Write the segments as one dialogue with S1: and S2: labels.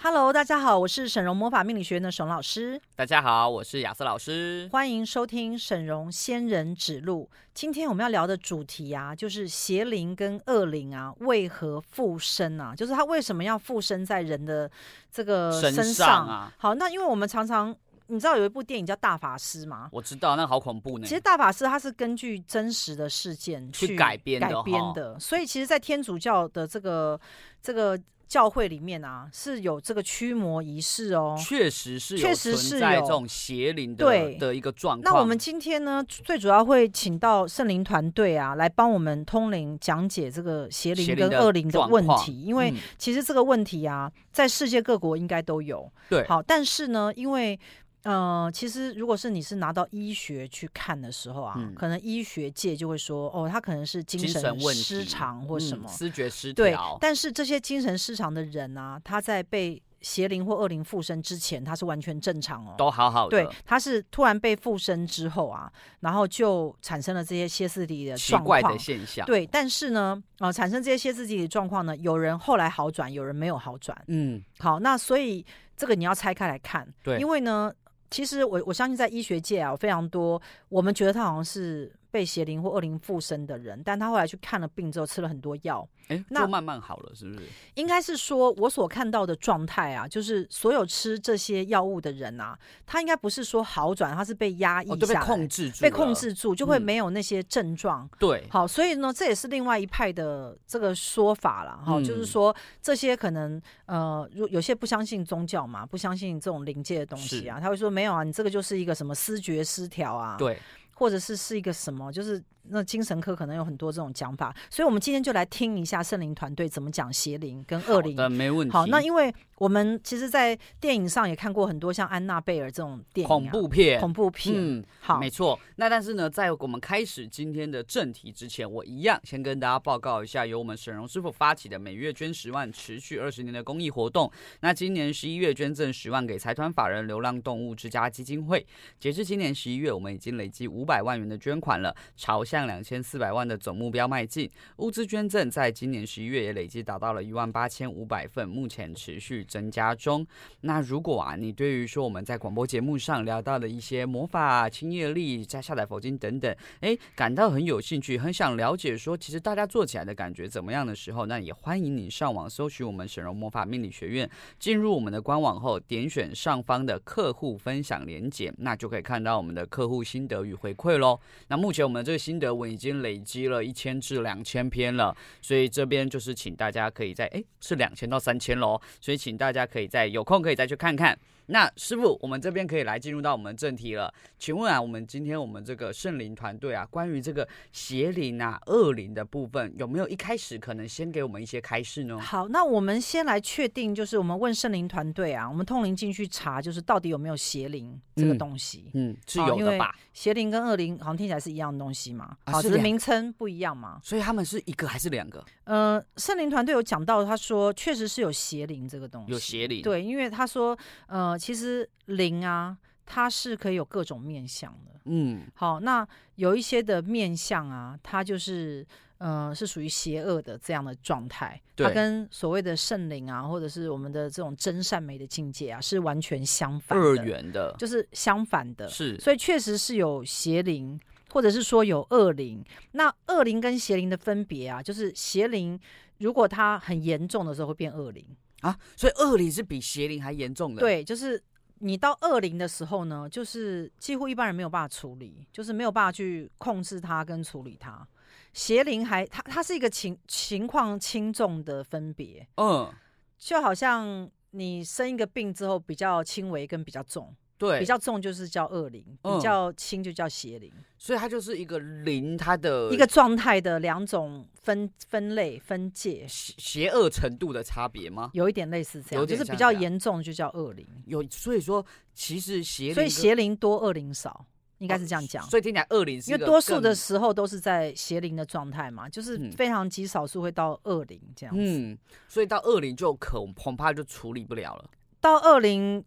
S1: Hello，大家好，我是沈荣魔法命理学院的沈老师，
S2: 大家好，我是亚瑟老师。
S1: 欢迎收听沈荣仙人指路。今天我们要聊的主题啊，就是邪灵跟恶灵啊，为何附身啊？就是它为什么要附身在人的这个身
S2: 身上啊
S1: 好，那因为我们常常，你知道有一部电影叫《大法师》吗？
S2: 我知道那个好恐怖呢
S1: 其，实大法师他是根据真实的事件
S2: 去
S1: 去
S2: 改编的
S1: 改
S2: 哈
S1: 编的，所以其实，在天主教的这个这个教会里面啊，是有这个驱魔仪式哦。
S2: 确实是
S1: 确
S2: 有
S1: 实
S2: 存
S1: 是
S2: 在
S1: 有
S2: 这种邪灵
S1: 对
S2: 的的一个状况。
S1: 那我们今天呢，最主要会请到圣灵团队啊，来帮我们通灵讲解这个邪灵
S2: 邪
S1: 跟
S2: 灵的
S1: 恶灵的
S2: 状
S1: 问
S2: 况
S1: 题，因为
S2: 嗯
S1: 其实这个问题啊，在世界各国应该都有。
S2: 对
S1: 好，但是呢，因为呃，其实如果是你是拿到医学去看的时候啊，
S2: 嗯
S1: 可能医学界就会说，哦，他可能是精
S2: 精神问题
S1: 失常或什
S2: 嗯
S1: 么。
S2: 视觉失
S1: 对
S2: 调，，
S1: 但是这些精神失常的人啊，他在被邪灵或恶灵附身之前，他是完全正常哦。
S2: 都好好的
S1: 对，，他是突然被附身之后啊，然后就产生了这些歇斯底里的
S2: 奇
S1: 状
S2: 怪
S1: 况
S2: 的。现象。
S1: 对，但是呢，呃，产生这些歇斯底里的状况呢，有人后来好转，有人没有好转。
S2: 嗯，
S1: 好，那所以这个你要拆开来看，
S2: 对
S1: 因为呢，其实我我相信在医学界啊，有非常多我们觉得他好像是被邪灵或恶灵附身的人，但他后来去看了病之后，吃了很多药，
S2: 哎，
S1: 那
S2: 就慢慢好了，是不是？
S1: 应该是说我所看到的状态啊，就是所有吃这些药物的人啊，他应该不是说好转，他是被压抑
S2: 哦，
S1: 下
S2: 都被
S1: 来、
S2: 控制住，
S1: 被控。制住，就会
S2: 嗯
S1: 没有那些症状。
S2: 对，
S1: 好，所以呢，这也是另外一派的这个说法啦。哈、就是
S2: 嗯
S1: 说这些可能呃，如有些不相信宗教嘛，不相信这种灵界的东西啊，他会说没有啊，你这个就是一个什么思觉失调啊，，
S2: 对，
S1: 或者是是一个什么，就是那精神科可能有很多这种讲法。所以我们今天就来听一下圣灵团队怎么讲邪灵跟恶
S2: 好
S1: 灵。
S2: 的，没问题。
S1: 好，那因为我们其实，在电影上也看过很多像安娜贝尔这种电影、啊
S2: 恐怖片，
S1: 恐怖片。
S2: 嗯，
S1: 好，
S2: 没错，那但是呢，在我们开始今天的正题之前，我一样先跟大家报告一下，由我们沈荣师傅发起的每月捐十万、持续二十年的公益活动。那今年十一月捐赠十万给财团法人流浪动物之家基金会，截至今年十一月，我们已经累计五百万元的捐款了，朝向两千四百万的总目标迈进。物资捐赠在今年十一月也累计达到了一万八千五百份，目前持续增加中。那如果啊，你对于说我们在广播节目上聊到的一些魔法、清业力、加下载佛经等等，哎，感到很有兴趣，很想了解说其实大家做起来的感觉怎么样的时候，那也欢迎你上网搜寻我们沈荣魔法命理学院，进入我们的官网后，点选上方的客户分享连结，那就可以看到我们的客户心得与回馈喽。那目前我们这个心得文已经累积了一千至两千篇了，所以这边就是请大家可以在哎是两千到三千喽，所以请大家可以在有空可以再去看看。那师傅，我们这边可以来进入到我们正题了。请问啊，我们今天我们这个圣灵团队啊，关于这个邪灵啊、恶灵的部分，有没有一开始可能先给我们一些开示呢？
S1: 好，那我们先来确定，就是我们问圣灵团队啊，我们通灵进去查，就是到底有没有邪灵这个
S2: 嗯
S1: 东西。
S2: 嗯，是
S1: 好
S2: 有
S1: 因
S2: 的
S1: 为
S2: 吧？
S1: 邪灵跟恶灵好像听起来是一样的东西嘛，
S2: 啊
S1: 好，
S2: 是
S1: 只是
S2: 两
S1: 名称不一样嘛。
S2: 所以他们是一个还是两个？
S1: 呃，圣灵团队有讲到，他说确实是有邪灵这个东西，
S2: 有邪灵，，
S1: 对，因为他说，呃，其实灵啊，它是可以有各种面相的。
S2: 嗯，
S1: 好，那有一些的面相啊，它就是呃是属于邪恶的这样的状态，它
S2: 对
S1: 跟所谓的圣灵啊，或者是我们的这种真善美的境界啊，是完全相反的，
S2: 二元的，
S1: 就是相反的。
S2: 是
S1: 所以确实是有邪灵，或者是说有恶灵。那恶灵跟邪灵的分别啊，就是邪灵如果它很严重的时候会变恶灵，
S2: 啊，所以恶灵是比邪灵还严重的。，
S1: 对，就是。你到恶灵的时候呢，就是几乎一般人没有办法处理，就是没有办法去控制它跟处理它。邪灵还它它是一个情情况轻重的分别，
S2: 嗯，
S1: 就好像你生一个病之后比较轻微跟比较重，
S2: 对，
S1: 比较重就是叫恶灵，比
S2: 嗯
S1: 较轻就叫邪灵，
S2: 所以它就是一个灵，它的
S1: 一个状态的两种分分类分界，
S2: 邪邪恶程度的差别吗？
S1: 有一点类似这样，
S2: 有
S1: 就
S2: 点
S1: 是比
S2: 像
S1: 较
S2: 这样
S1: 严重就叫恶灵，
S2: 有，所以说其实邪灵
S1: 所
S2: 跟，哦
S1: 以邪灵多恶灵少，应该是这样讲。
S2: 所以听起来恶灵是
S1: 因为
S2: 一个
S1: 多数的
S2: 更
S1: 时候都是在邪灵的状态嘛，就是
S2: 嗯
S1: 非常极少数会到恶灵这样子。
S2: 嗯，所以到恶灵就恐恐怕就处理不了了。
S1: 到恶灵，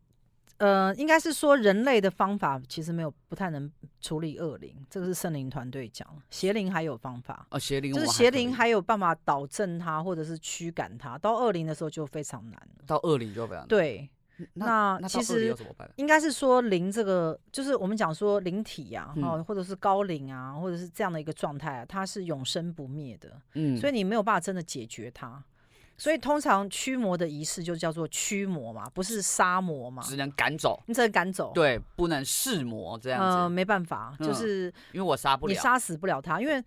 S1: 呃，应该是说人类的方法其实没有不太能处理恶灵，这个是圣灵团队讲，邪灵还有方法，
S2: 哦，邪灵
S1: 就是
S2: 我
S1: 邪
S2: 可以
S1: 灵还有办法导正它或者是驱赶它，到恶灵的时候就非常难了。
S2: 到恶灵就不要。，
S1: 对，那
S2: 嗯那
S1: 其
S2: 到恶灵
S1: 实
S2: 又怎么办？
S1: 应该是说灵这个，就是我们讲说灵体呀、
S2: 嗯
S1: 哦，或者是高灵啊，或者是这样的一个状态啊，它是永生不灭的，
S2: 嗯，
S1: 所
S2: 以
S1: 以你没有办法真的解决它。所以通常驱魔的仪式就叫做驱魔嘛，不是杀魔嘛，
S2: 只能赶走，
S1: 你只能赶走。
S2: 对，不能弑魔这样
S1: 呃，
S2: 子，
S1: 没办法，
S2: 嗯
S1: 就是
S2: 因为我杀不
S1: 你
S2: 了。
S1: 杀死不了他，因为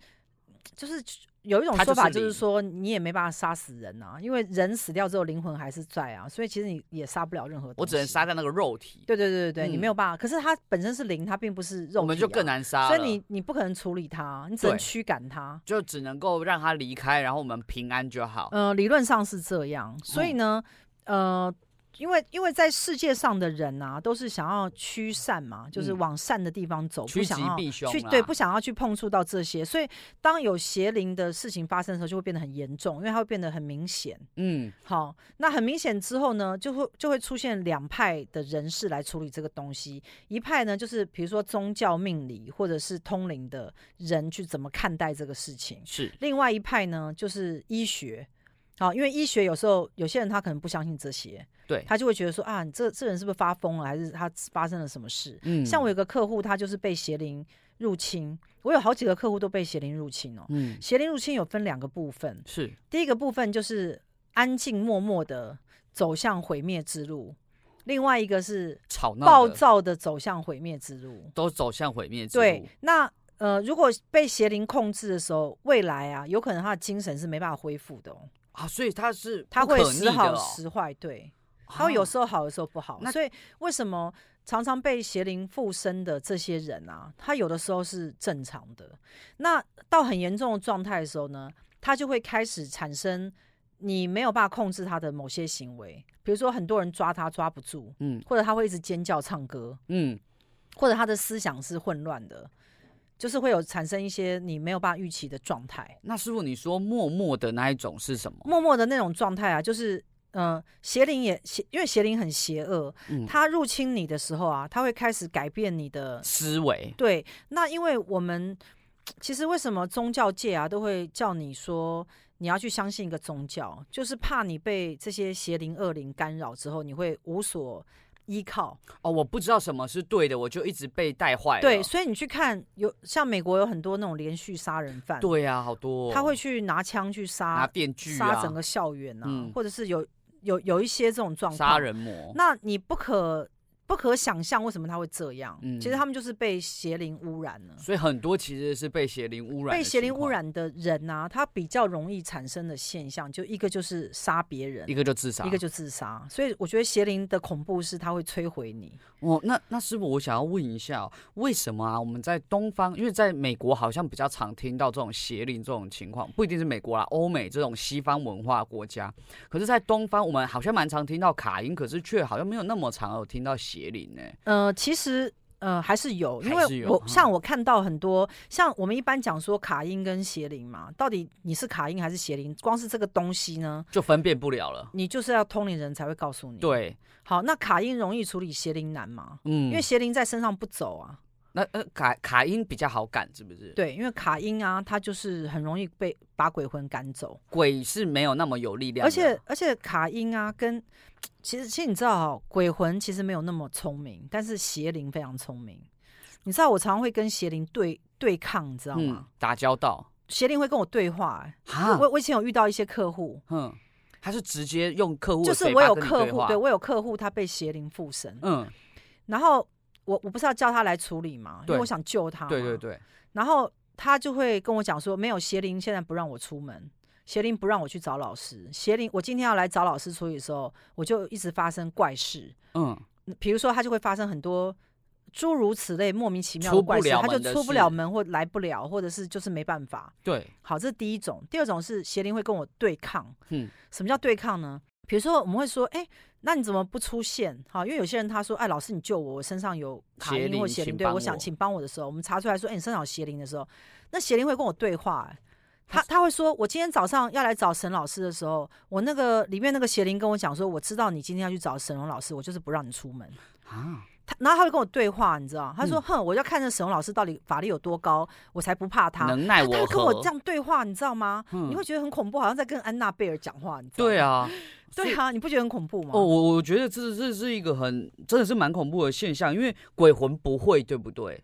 S1: 就是有一种
S2: 他
S1: 说
S2: 就是
S1: 法就是
S2: 灵
S1: 说你也没办法杀死人啊，因为人死掉之后灵魂还是在啊，所以其实你也杀不了任何东西。
S2: 我只能杀。掉那个肉体，
S1: 对对对对对，你没
S2: 嗯
S1: 有办法。可是它本身是灵，它并不是肉、啊
S2: 我们就更。难杀
S1: 所
S2: 了。
S1: 以你你不可能处理它，你只能
S2: 对
S1: 驱赶它。
S2: 就只能够让他离开，然后我们平安就好。
S1: 呃，理论上是这样。
S2: 嗯
S1: 所以呢，呃，因为因为在世界上的人啊，都是想要驱散嘛，就是
S2: 嗯
S1: 往善的地方走，不
S2: 趋
S1: 想
S2: 吉
S1: 要
S2: 避凶啊
S1: 去
S2: 啦
S1: 对不想要去碰触到这些，所以当有邪灵的事情发生的时候，就会变得很严重，因为它会变得很明显。
S2: 嗯，
S1: 好，那很明显之后呢，就会就会出现两派的人士来处理这个东西。一派呢，就是比如说宗教命理或者是通灵的人去怎么看待这个事情；
S2: 是
S1: 另外一派呢，就是医学。好，因为医学有时候有些人他可能不相信这些，
S2: 对
S1: 他就会觉得说啊，你这这人是不是发疯了，还是他发生了什么事？
S2: 嗯，
S1: 像我有个客户，他就是被邪灵入侵，我有好几个客户都被邪灵入侵哦。
S2: 嗯
S1: 邪灵入侵有分两个部分，
S2: 是
S1: 第一个部分就是安静默默的走向毁灭之路，另外一个是
S2: 吵闹
S1: 暴
S2: 的
S1: 躁的走向毁灭之路。
S2: 都走向毁灭之路。
S1: 对，那呃，如果被邪灵控制的时候，未来啊，有可能他的精神是没办法恢复的、哦，
S2: 啊，所以他是
S1: 他
S2: 不
S1: 会
S2: 可逆
S1: 时
S2: 的
S1: 好
S2: 哦
S1: 时坏，对。他
S2: 啊
S1: 会有时候好，有时候不好。
S2: 那
S1: 所以为什么常常被邪灵附身的这些人啊，他有的时候是正常的，那到很严重的状态的时候呢，他就会开始产生你没有办法控制他的某些行为，比如说很多人抓他抓不住，
S2: 嗯
S1: 或者他会一直尖叫唱歌，
S2: 嗯
S1: 或者他的思想是混乱的。就是会有产生一些你没有办法预期的状态，
S2: 那师傅，你说默默的那一种是什么？
S1: 默默的那种状态啊，就是呃，邪灵也邪，因为邪灵很邪恶，
S2: 嗯，
S1: 它入侵你的时候啊，它会开始改变你的
S2: 思维
S1: 对。那因为我们其实为什么宗教界啊都会叫你说你要去相信一个宗教，就是怕你被这些邪灵恶灵干扰之后，你会无所依靠。
S2: 哦，我不知道什么是对的，我就一直被带坏了。
S1: 对，所以你去看有像美国有很多那种连续杀人犯，
S2: 对啊，好多哦、
S1: 他会去拿枪去
S2: 拿
S1: 杀
S2: 电锯
S1: 杀
S2: 啊，
S1: 整个校园啊，
S2: 嗯
S1: 或者是有有有一些这种状况
S2: 杀，人魔。
S1: 那你不可不可想象为什么他会这样？
S2: 嗯
S1: 其实他们就是被邪灵污染了。
S2: 所以很多其实是被邪灵污
S1: 嗯
S2: 染，
S1: 被邪灵污，染的人啊，他比较容易产生的现象，就一个就是杀别人，
S2: 一个就自杀，
S1: 一个就自杀。所以我觉得邪灵的恐怖是它会摧毁你。
S2: 哦，那那师傅，我想要问一下、哦，为什么啊？我们在东方，因为在美国好像比较常听到这种邪灵这种情况，不一定是美国啦，欧美这种西方文化国家，可是，在东方我们好像蛮常听到卡音，可是却好像没有那么常有听到邪灵呢、
S1: 呃，其实。呃，还是有，因
S2: 还是
S1: 为
S2: 有
S1: 我
S2: 嗯
S1: 像我看到很多，像我们一般讲说卡因跟邪灵嘛，到底你是卡因还是邪灵？光是这个东西呢，
S2: 就分辨不了了。
S1: 你就是要通灵人才会告诉你。，
S2: 对，
S1: 好，那卡因容易处理，邪灵难嘛，
S2: 嗯，
S1: 因为邪灵在身上不走啊。
S2: 那呃卡卡音比较好赶，是不是？，
S1: 对，因为卡因啊，它就是很容易被把鬼魂赶走，
S2: 鬼是没有那么有力量的，
S1: 而且而且卡因啊，跟其实其实你知道、哦，鬼魂其实没有那么聪明，但是邪灵非常聪明。你知道我常常会跟邪灵对对抗，你知道吗？
S2: 嗯，打交道
S1: 邪灵会跟我对话、欸
S2: 哈，
S1: 我我以前有遇到一些客户，
S2: 嗯，他是直接用客户的
S1: 就是
S2: 嘴
S1: 我
S2: 巴
S1: 有
S2: 跟你
S1: 客
S2: 对
S1: 户，
S2: 话
S1: 对我有客户，他被邪灵附身，
S2: 嗯，
S1: 然后我我不是要叫他来处理嘛，因为
S2: 对
S1: 我想救他。
S2: 对对。对，
S1: 然后他就会跟我讲说，没有邪灵现在不让我出门，邪灵不让我去找老师，邪灵我今天要来找老师处理的时候，我就一直发生怪事，
S2: 嗯。
S1: 嗯比如说他就会发生很多。诸如此类莫名其妙
S2: 出
S1: 的
S2: 不
S1: 怪事，
S2: 了
S1: 他就
S2: 门的
S1: 出不
S2: 事
S1: 了门或来不了，或者是就是没办法。
S2: 对，
S1: 好，这是第一种。第二种是邪灵会跟我对抗。
S2: 嗯
S1: 什么叫对抗呢？比如说我们会说，哎、那你怎么不出现？好，因为有些人他说，哎，老师你救我，我身上有卡
S2: 邪
S1: 因或
S2: 灵
S1: 邪灵，
S2: 请
S1: 对
S2: 帮
S1: 我想
S2: 我
S1: 请帮我的时候，我们查出来说，哎、你身上有邪灵的时候，那邪灵会跟我对话、哎他他会说，我今天早上要来找沈老师的时候，我那个里面那个邪灵跟我讲说，我知道你今天要去找沈荣老师，我就是不让你出门。
S2: 啊，
S1: 他然后他会跟我对话，你知道？他
S2: 嗯
S1: 说：“哼，我要看这沈荣老师到底法力有多高，我才不怕他。”
S2: 能耐
S1: 他会
S2: 我
S1: 跟我
S2: 何
S1: 这？样对话，你知道吗？
S2: 嗯
S1: 你会觉得很恐怖，好像在跟安娜贝尔讲话，你知道？
S2: 对，啊，
S1: 对啊，你不觉得很恐怖吗？
S2: 哦，我我觉得这这是一个很真的是蛮恐怖的现象，因为鬼魂不会，对不对？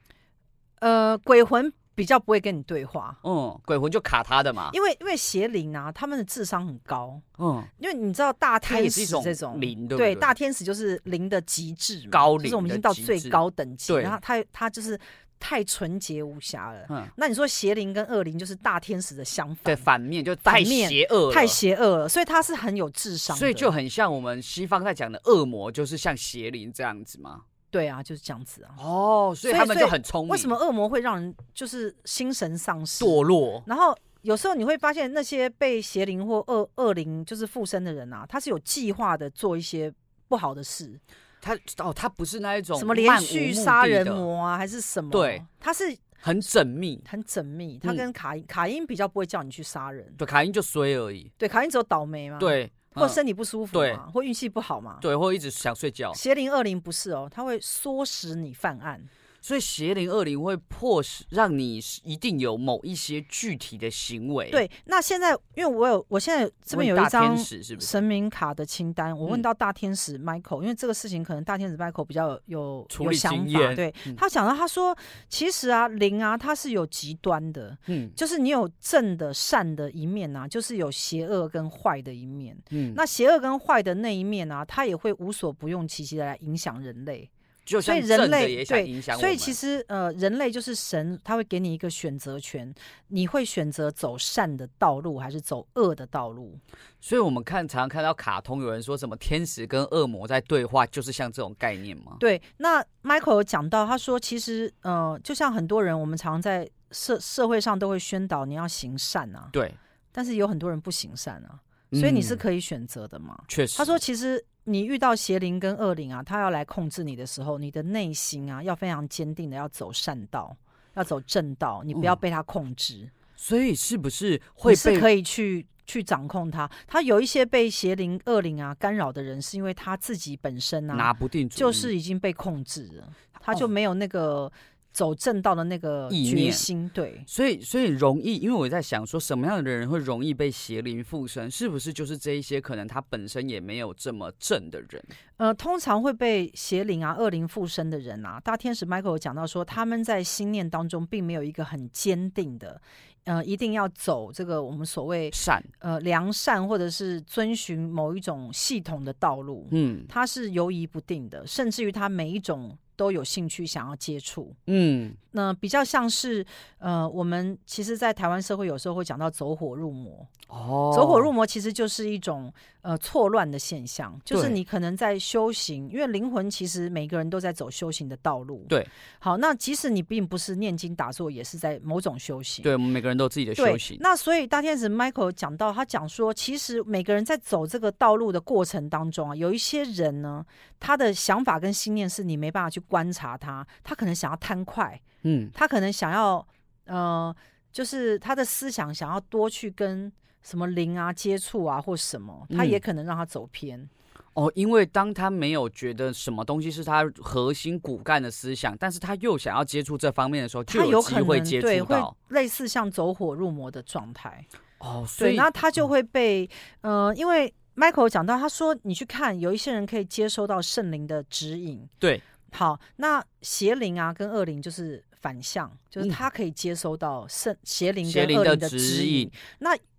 S1: 呃，鬼魂比较不会跟你对话，
S2: 嗯，鬼魂就卡他的嘛。
S1: 因为因为邪灵啊，他们的智商很高，
S2: 嗯，
S1: 因为你知道大
S2: 它也
S1: 天
S2: 是一
S1: 使
S2: 种
S1: 这种
S2: 灵，对
S1: 对
S2: 不对？
S1: 大天使就是灵的极致嘛，
S2: 高
S1: 就是
S2: 灵
S1: 我们已
S2: 的
S1: 经到
S2: 极
S1: 最
S2: 致
S1: 高等级，
S2: 对
S1: 然后他他就是太纯洁无瑕了。
S2: 嗯，
S1: 那你说邪灵跟恶灵就是大天使的相
S2: 对，
S1: 反，
S2: 反面就
S1: 反
S2: 太
S1: 面
S2: 邪恶了，
S1: 太邪恶了，所以他是很有智商的，
S2: 所以就很像我们西方在讲的恶魔，就是像邪灵这样子嘛。
S1: 对啊，就是这样子啊。
S2: 哦，所
S1: 所
S2: 以
S1: 以
S2: 他们
S1: 所以
S2: 就很聪明。
S1: 为什么恶魔会让人就是心神丧失？
S2: 堕落？
S1: 然后有时候你会发现，那些被邪灵或恶恶灵就是附身的人啊，他是有计划的做一些不好的事，
S2: 他哦，他不是那一种
S1: 什么连
S2: 漫无
S1: 续
S2: 目
S1: 杀
S2: 的
S1: 人
S2: 的，
S1: 魔啊，还是什么？
S2: 对，
S1: 他是
S2: 很缜密。
S1: 很缜密。他
S2: 嗯
S1: 跟卡因、卡因比较不会叫你去杀人，
S2: 对，卡因就衰而已。
S1: 对，卡因只有倒霉嘛，，啊
S2: 对，
S1: 或
S2: 嗯
S1: 身体不舒服
S2: 对
S1: 嘛，或运气不好嘛。
S2: 对，或一直想睡觉，
S1: 邪灵恶灵不是哦，他会唆使你犯案，
S2: 所以邪灵恶灵会迫使让你一定有某一些具体的行为。，
S1: 对，那现在因为我有，我现在这边有一
S2: 大
S1: 张
S2: 天使是不是
S1: 神明卡的清单，我问
S2: 嗯
S1: 到大天使 Michael，、因为这个事情可能大天使 Michael 比较有
S2: 处
S1: 有
S2: 理
S1: 想
S2: 经
S1: 法，
S2: 验
S1: 对
S2: 嗯
S1: 他讲到他说，其实啊灵啊它是有极端的，
S2: 嗯
S1: 就是你有正的善的一面啊，就是有邪恶跟坏的一面。
S2: 嗯，
S1: 那邪恶跟坏的那一面啊，它也会无所不用其极的来影响人类。
S2: 就
S1: 所
S2: 像
S1: 以人
S2: 正的
S1: 类
S2: 也想
S1: 对
S2: 影，响我
S1: 所
S2: 们。
S1: 以其实呃，人类就是神，他会给你一个选择权，你会选择走善的道路还是走恶的道路？
S2: 所以我们看常常看到卡通，有人说什么天使跟恶魔在对话，就是像这种概念吗？
S1: 对，那 Michael 有讲到，他说其实呃，就像很多人，我们常在社社会上都会宣导你要行善啊，
S2: 对，
S1: 但是有很多人不行善啊，所以你是
S2: 嗯
S1: 可以选择的嘛。
S2: 确实。
S1: 他说，其实你遇到邪灵跟恶灵啊，他要来控制你的时候，你的内心啊要非常坚定的要走善道。要走正道，你不要
S2: 嗯
S1: 被他控制，
S2: 所以是不是
S1: 你
S2: 会
S1: 是
S2: 被
S1: 可以去去掌控他。他有一些被邪灵、恶灵啊干扰的人，是因为他自己本身啊
S2: 拿不定主意？
S1: 就是已经被控制了，他就
S2: 哦
S1: 没有那个走正道的那个
S2: 意
S1: 决
S2: 念
S1: 心。对，
S2: 所以，所以容易，因为我在想说，什么样的人会容易被邪灵附身？是不是就是这一些可能他本身也没有这么正的人？
S1: 呃，通常会被邪灵啊、恶灵附身的人啊，大天使 Michael 有讲到说，他们在心念当中并没有一个很坚定的，呃，一定要走这个我们所谓
S2: 善，
S1: 呃良善或者是遵循某一种系统的道路，
S2: 嗯
S1: 他是犹疑不定的，甚至于他每一种都有兴趣想要接触。
S2: 嗯，
S1: 那比较像是，呃，我们其实，在台湾社会有时候会讲到走火入魔。
S2: 哦，
S1: 走火入魔其实就是一种呃错乱的现象，就是
S2: 对
S1: 你可能在修行，因为灵魂其实每个人都在走修行的道路。
S2: 对，
S1: 好，那即使你并不是念经打坐，也是在某种修行。
S2: 对我们每个人都有自己的
S1: 对
S2: 修行，
S1: 那所以大天使 Michael 讲到，他讲说，其实每个人在走这个道路的过程当中啊，有一些人呢，他的想法跟信念是你没办法去观察他，他可能想要贪快，
S2: 嗯，
S1: 他可能想要，呃，就是他的思想想要多去跟什么灵啊接触啊，或什么，他
S2: 嗯
S1: 也可能让他走偏。
S2: 哦，因为当他没有觉得什么东西是他核心骨干的思想，但是他又想要接触这方面的时候，就
S1: 他
S2: 机
S1: 可
S2: 会
S1: 能
S2: 接
S1: 对
S2: 触
S1: 会
S2: 到。
S1: 类似像走火入魔的状态，
S2: 哦，所
S1: 对，
S2: 以
S1: 那他就会被，呃，因为 Michael 讲到，他说你去看，有一些人可以接收到圣灵的指引。
S2: 对，
S1: 好，那邪灵啊跟恶灵就是反向，就是
S2: 嗯
S1: 他可以接收到圣邪灵
S2: 邪
S1: 跟
S2: 灵
S1: 恶
S2: 的
S1: 灵的指
S2: 指
S1: 引
S2: 引，，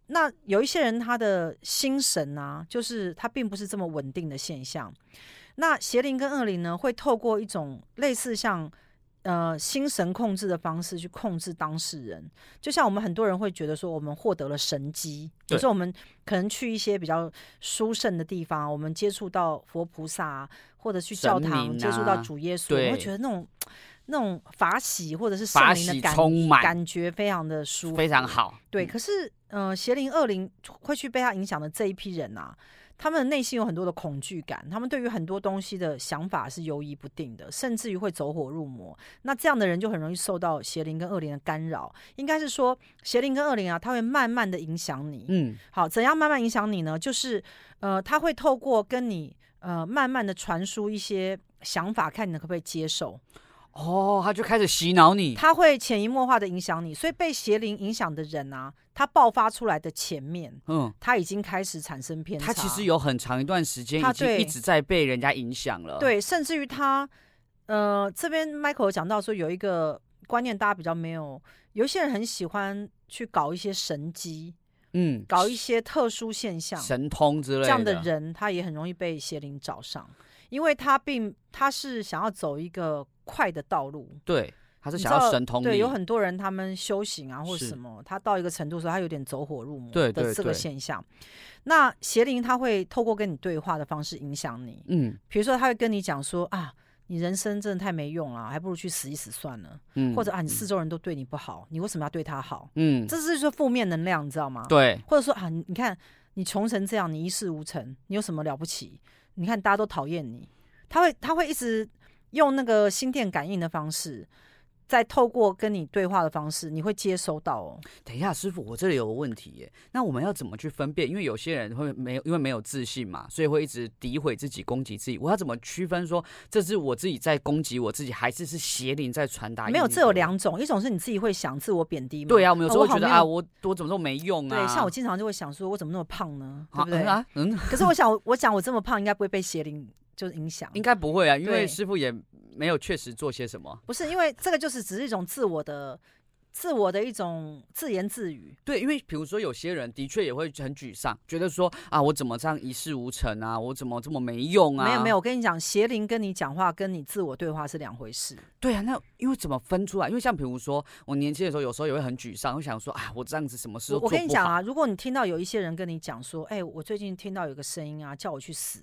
S1: 那有一些人他的心神啊，就是他并不是这么稳定的现象。那邪灵跟恶灵呢，会透过一种类似像呃心神控制的方式去控制当事人。就像我们很多人会觉得说，我们获得了神机，有
S2: 对
S1: 时候我们可能去一些比较殊胜的地方，我们接触到佛菩萨、啊，或者去教
S2: 神
S1: 堂、
S2: 明
S1: 接触到
S2: 啊
S1: 主耶稣，我们会
S2: 对
S1: 觉得那种那种法喜或者是圣
S2: 法
S1: 灵
S2: 喜
S1: 的感
S2: 充满，
S1: 感觉非常的舒服，
S2: 非常好。嗯
S1: 对，可是呃，邪灵恶灵会去被他影响的这一批人啊，他们内心有很多的恐惧感，他们对于很多东西的想法是犹疑不定的，甚至于会走火入魔。那这样的人就很容易受到邪灵跟恶灵的干扰。应该是说，邪灵跟恶灵啊，它会慢慢的影响你。
S2: 嗯，
S1: 好，怎样慢慢影响你呢？就是呃，他会透过跟你呃，慢慢的传输一些想法，看你可不可以接受。
S2: 哦，他就开始洗脑你，
S1: 他会潜移默化的影响你，所以被邪灵影响的人啊，他爆发出来的前面，
S2: 嗯，
S1: 他已经开始产生偏差。
S2: 他其实有很长一段时间
S1: 他
S2: 已经
S1: 对
S2: 一直在被人家影响了，，
S1: 对，甚至于他，呃，这边 Michael 有讲到说有一个观念，大家比较没有，有一些人很喜欢去搞一些神机，
S2: 嗯，
S1: 搞一些特殊现象，
S2: 神通之类
S1: 这样
S2: 的
S1: 的，人他也很容易被邪灵找上，因为他并他是想要走一个快的道路，
S2: 对，他是
S1: 你
S2: 想
S1: 知
S2: 要
S1: 道
S2: 神通
S1: 对，
S2: 力
S1: 有很多人他们修行啊，或
S2: 是
S1: 什么，他到一个程度的时候，他有点走火入魔
S2: 对对
S1: 的这个
S2: 对
S1: 现象。那邪灵他会透过跟你对话的方式影响你，
S2: 嗯
S1: 比如说他会跟你讲说啊，你人生真的太没用了，还不如去死一死算了，
S2: 嗯，
S1: 或者啊，你四周人都对你不好，你为什么要对他好？
S2: 嗯，
S1: 这是说负面能量，你知道吗？
S2: 对，
S1: 或者说啊，你你看你穷成这样，你一事无成，你有什么了不起？你看大家都讨厌你，他会他会一直用那个心电感应的方式，再透过跟你对话的方式，你会接收到哦。
S2: 等一下，师傅，我这里有个问题耶。那我们要怎么去分辨？因为有些人会没有，因为没有自信嘛，所以会一直诋毁自己、攻击自己。我要怎么区分说这是我自己在攻击我自己，还是是邪灵在传达意义给
S1: 没
S2: 我？
S1: 有，这有两种，一种是你自己会想自我贬低嘛，
S2: 对啊，我们有时候
S1: 哦
S2: 会觉得
S1: 我好
S2: 啊，
S1: 没
S2: 我我怎么都没用啊。
S1: 对，像我经常就会想说，我怎么那么胖呢？对
S2: 啊
S1: 不对？
S2: 啊，嗯，
S1: 可是我想，我想我这么胖，应该不会被邪灵就是影响，
S2: 应该不会啊，因为
S1: 对
S2: 师傅也没有确实做些什么。
S1: 不是因为这个就是只是一种自我的。自我的一种自言自语，
S2: 对，因为比如说有些人的确也会很沮丧，觉得说啊，我怎么这样一事无成啊，我怎么这么没用啊？
S1: 没有没有，我跟你讲，邪灵跟你讲话跟你自我对话是两回事。
S2: 对啊，那因为怎么分出来？因为像比如说，我年轻的时候，有时候也会很沮丧，会想说啊，我这样子什么事
S1: 我
S2: 都
S1: 我
S2: 做
S1: 跟你
S2: 不
S1: 讲
S2: 好。
S1: 啊，如果你听到有一些人跟你讲说，哎、我最近听到有个声音啊，叫我去死，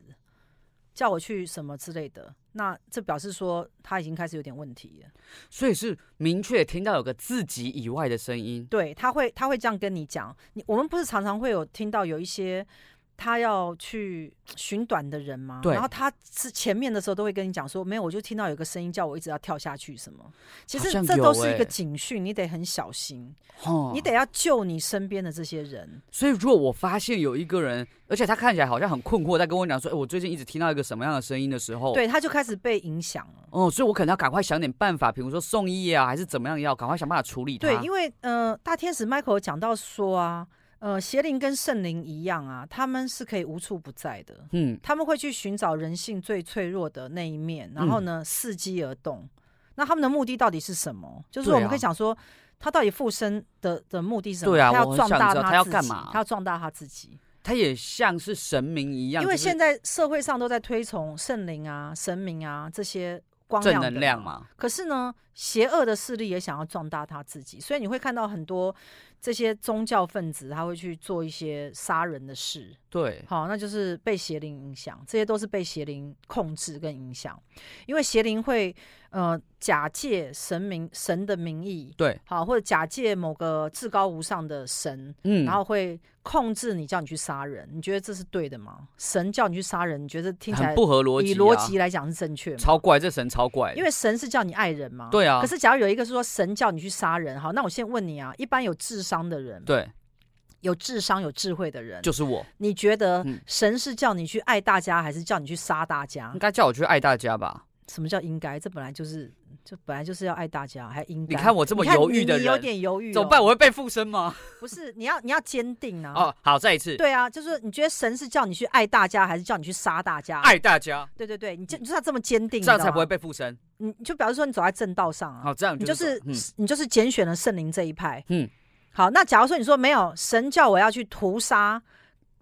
S1: 叫我去什么之类的，那这表示说他已经开始有点问题了。
S2: 所以是明确听到有个自己以外的声音。
S1: 对，他会他会这样跟你讲。你我们不是常常会有听到有一些。他要去寻短的人吗？
S2: 对
S1: 然后他是前面的时候都会跟你讲说，没有，我就听到有个声音叫我一直要跳下去什么。其
S2: 好
S1: 实
S2: 像
S1: 这
S2: 有
S1: 都是一
S2: 欸
S1: 个警讯，你得很小心。
S2: 哦
S1: 你。得要救你身边的这些人，
S2: 所以如果我发现有一个人，而且他看起来好像很困惑，在跟我讲说，哎、我最近一直听到一个什么样的声音的时候，。
S1: 对，他就开始被影响了。
S2: 哦，所以我可能要赶快想点办法，比如说送医啊，还是怎么样，要赶快想办法处理它。
S1: 对，因为呃，大天使 Michael 有讲到说啊，呃，邪灵跟圣灵一样啊，他们是可以无处不在的，
S2: 嗯，
S1: 他们会去寻找人性最脆弱的那一面，然后
S2: 嗯
S1: 呢，伺机而动。那他们的目的到底是什么？就是
S2: 对
S1: 我们可以
S2: 啊
S1: 讲说，他到底附身的的目的是什么？
S2: 对啊
S1: 他要
S2: 我很
S1: 壮
S2: 想
S1: 大
S2: 知道
S1: 他
S2: 他要
S1: 自
S2: 干
S1: 己
S2: 嘛
S1: 他要壮大他自己。
S2: 他也像是神明一样，
S1: 因为
S2: 就是
S1: 现在社会上都在推崇圣灵啊、神明啊这些光
S2: 正
S1: 亮的
S2: 能量嘛，
S1: 可是呢，邪恶的势力也想要壮大他自己，所以你会看到很多这些宗教分子，他会去做一些杀人的事。
S2: 对，
S1: 好，那就是被邪灵影响，这些都是被邪灵控制跟影响，因为邪灵会呃假借神明神的名义，
S2: 对，
S1: 好或者假借某个至高无上的神，
S2: 嗯，
S1: 然后会控制你，叫你去杀人。你觉得这是对的吗？神叫你去杀人，你觉得听起
S2: 很
S1: 来
S2: 不合逻辑、
S1: 以
S2: 啊，
S1: 逻辑来讲是正确吗？
S2: 超怪，这神超怪的，
S1: 因为神是叫你爱人嘛。、
S2: 对啊，
S1: 可是假如有一个是说神叫你去杀人，好，那我先问你啊，一般有智商的人，
S2: 对，
S1: 有智商有智慧的人，
S2: 就是我，
S1: 你觉得
S2: 嗯
S1: 神是叫你去爱大家，还是叫你去杀大家
S2: 应？该叫我去爱大家吧？
S1: 什么叫应该？这本来就是，就本来就是要爱大家，还应该。
S2: 你看我这么
S1: 你看
S2: 犹豫
S1: 你
S2: 的
S1: 你有
S2: 人
S1: 点犹豫、
S2: 怎么办？？我会被附身吗？
S1: 不是，你要你要坚定哦啊。
S2: 哦，好，再一次，
S1: 对啊，就是你觉得神是叫你去爱大家，还是叫你去杀大家？
S2: 爱大家，
S1: 对对对，你就你就是要这么坚定，
S2: 这样才
S1: 你知道
S2: 不会
S1: 吗。
S2: 被附身。
S1: 你你就表示说你走在正道上啊，
S2: 好，这样
S1: 你就是是、你就是拣选了圣灵这一派。
S2: 嗯
S1: 嗯，好，那假如说你说没有神叫我要去屠杀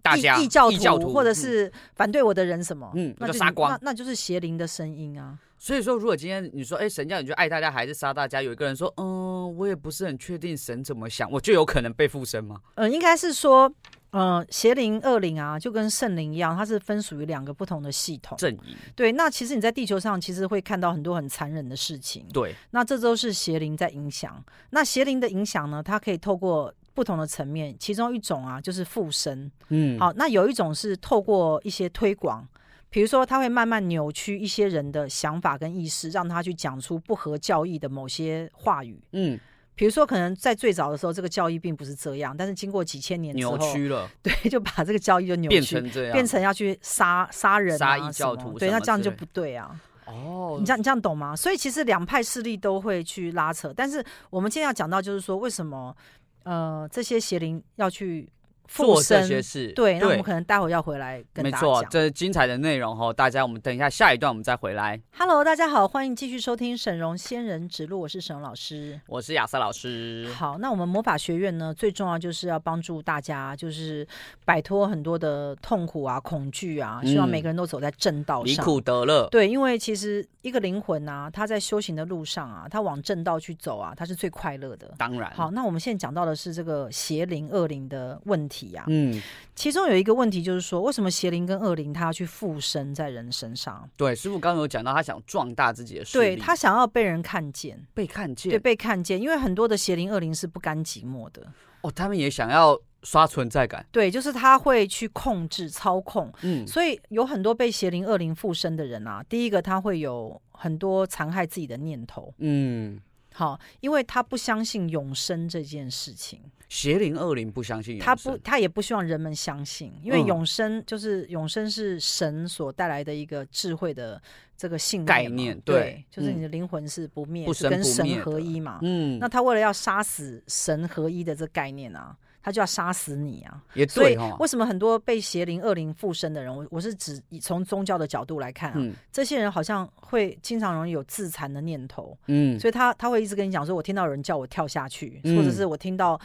S2: 大
S1: 异
S2: 家
S1: 异教
S2: 异
S1: 徒
S2: 教徒
S1: 或者是反对我的人什么，
S2: 嗯
S1: 那
S2: 那就
S1: 就
S2: 杀光
S1: 那那就是邪灵的声音啊。
S2: 所以说，如果今天你说，哎，神叫你去爱大家还是杀大家，有一个人说，嗯，我也不是很确定神怎么想，我就有可能被附身吗？
S1: 呃，应该是说，呃，邪灵、恶灵啊，就跟圣灵一样，它是分属于两个不同的系统。
S2: 阵营，
S1: 对，那其实你在地球上其实会看到很多很残忍的事情，
S2: 对，
S1: 那这都是邪灵在影响。那邪灵的影响呢，它可以透过不同的层面，其中一种啊就是附身，
S2: 嗯，
S1: 好，那有一种是透过一些推广，比如说他会慢慢扭曲一些人的想法跟意识，让他去讲出不合教义的某些话语。
S2: 嗯，
S1: 比如说，可能在最早的时候，这个教义并不是这样，但是经过几千年之后，
S2: 扭曲了，
S1: 对，就把这个教义就扭曲，
S2: 变成这样，
S1: 变成要去杀杀人、啊、
S2: 杀异教徒
S1: 什么对，
S2: 什么
S1: 那这样
S2: 之
S1: 就
S2: 类
S1: 不对啊。
S2: 哦，
S1: 你这样你这样懂吗？所以其实两派势力都会去拉扯，但是我们今天要讲到就是说，为什么呃这些邪灵要去附
S2: 做这
S1: 身？
S2: 些事，
S1: 对，那我们可能待会要回来跟
S2: 没
S1: 大
S2: 错
S1: 家，讲。
S2: 这是精彩的内容哦，大家我们等一下下一段我们再回来。
S1: Hello，大家好，欢迎继续收听沈荣仙人指路，我是沈荣老师。
S2: 我是亚瑟老师，
S1: 好，那我们魔法学院呢，最重要就是要帮助大家，就是摆脱很多的痛苦啊、恐惧啊，希望
S2: 嗯
S1: 每个人都走在正道
S2: 离
S1: 上。
S2: 苦得乐，
S1: 对，因为其实一个灵魂啊，他在修行的路上啊，他往正道去走啊，他是最快乐的。
S2: 当然，
S1: 好，那我们现在讲到的是这个邪灵、恶灵的问题啊。
S2: 嗯，
S1: 其中有一个问题就是说，为什么邪灵跟恶灵他要去附身在人身上？啊
S2: 对，师傅刚刚有讲到，他想壮大自己的势
S1: 对
S2: 力，
S1: 他想要被人看见，
S2: 被看见，
S1: 对被看见，因为很多的邪灵、恶灵是不甘寂寞的。
S2: 哦，他们也想要刷存在感，
S1: 对，就是他会去控制、操控，
S2: 嗯，
S1: 所以有很多被邪灵、恶灵附身的人啊，第一个他会有很多残害自己的念头。
S2: 嗯，
S1: 好，因为他不相信永生这件事情，
S2: 邪灵恶灵不相信永
S1: 他
S2: 生
S1: 不，他也不希望人们相信，因为
S2: 嗯
S1: 永生就是永生是神所带来的一个智慧的这个信念
S2: 概
S1: 嘛
S2: 念对
S1: 对，就是
S2: 嗯
S1: 你的灵魂是不灭，
S2: 不
S1: 是
S2: 生
S1: 跟
S2: 不灭
S1: 神
S2: 的
S1: 合一嘛。
S2: 嗯，
S1: 啊那他为了要杀死神合一的这概念啊，他就要杀死你啊。
S2: 也
S1: 所以
S2: 对哈，
S1: 为什么很多被邪灵、恶灵附身的人，我我是指以从宗教的角度来看啊，
S2: 嗯
S1: 这些人好像会经常容易有自残的念头，
S2: 嗯，
S1: 所以他他会一直跟你讲说，我听到有人叫我跳下去，
S2: 嗯
S1: 或者是我听到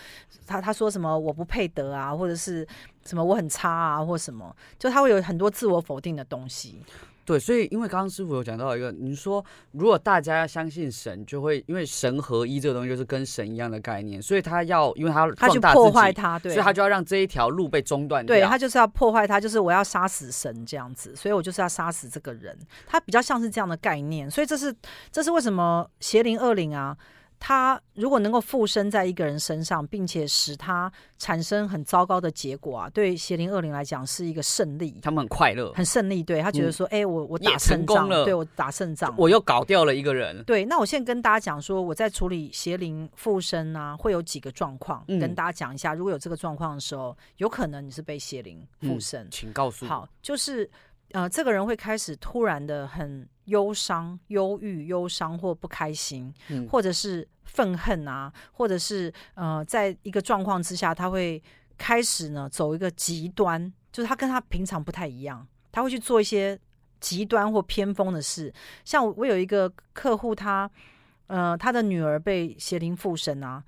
S1: 他他说什么我不配得啊，或者是什么我很差啊，或什么，就他会有很多自我否定的东西。
S2: 对，所以因为刚刚师傅有讲到一个，你说如果大家要相信神，就会因为神合一这个东西就是跟神一样的概念，所以他要因为他要
S1: 他去
S2: 壮大
S1: 破
S2: 自己
S1: 坏他，对，
S2: 所以他就要让这一条路被中断
S1: 对
S2: 掉。
S1: 他就是要破坏他，就是我要杀死神这样子，所以我就是要杀死这个人。他比较像是这样的概念，所以这是这是为什么邪灵恶灵啊。他如果能够附身在一个人身上，并且使他产生很糟糕的结果啊，对邪灵恶灵来讲是一个胜利。
S2: 他们很快乐，
S1: 很胜利，对他觉得说，哎、我我
S2: 嗯也
S1: 打
S2: 成
S1: 胜
S2: 功
S1: 仗
S2: 了
S1: 对我打胜仗，
S2: 我又搞掉了一个人。
S1: 对。那我现在跟大家讲说，我在处理邪灵附身啊，会有几个状况，
S2: 嗯
S1: 跟大家讲一下。如果有这个状况的时候，有可能你是被邪灵
S2: 嗯
S1: 附身。
S2: 请告诉我，
S1: 好，就是呃，这个人会开始突然的很忧伤、忧郁、忧伤或不开心，
S2: 嗯
S1: 或者是愤恨啊，或者是呃，在一个状况之下，他会开始呢走一个极端，就是他跟他平常不太一样，他会去做一些极端或偏锋的事。像我我有一个客户，他呃他的女儿被邪灵附身啊，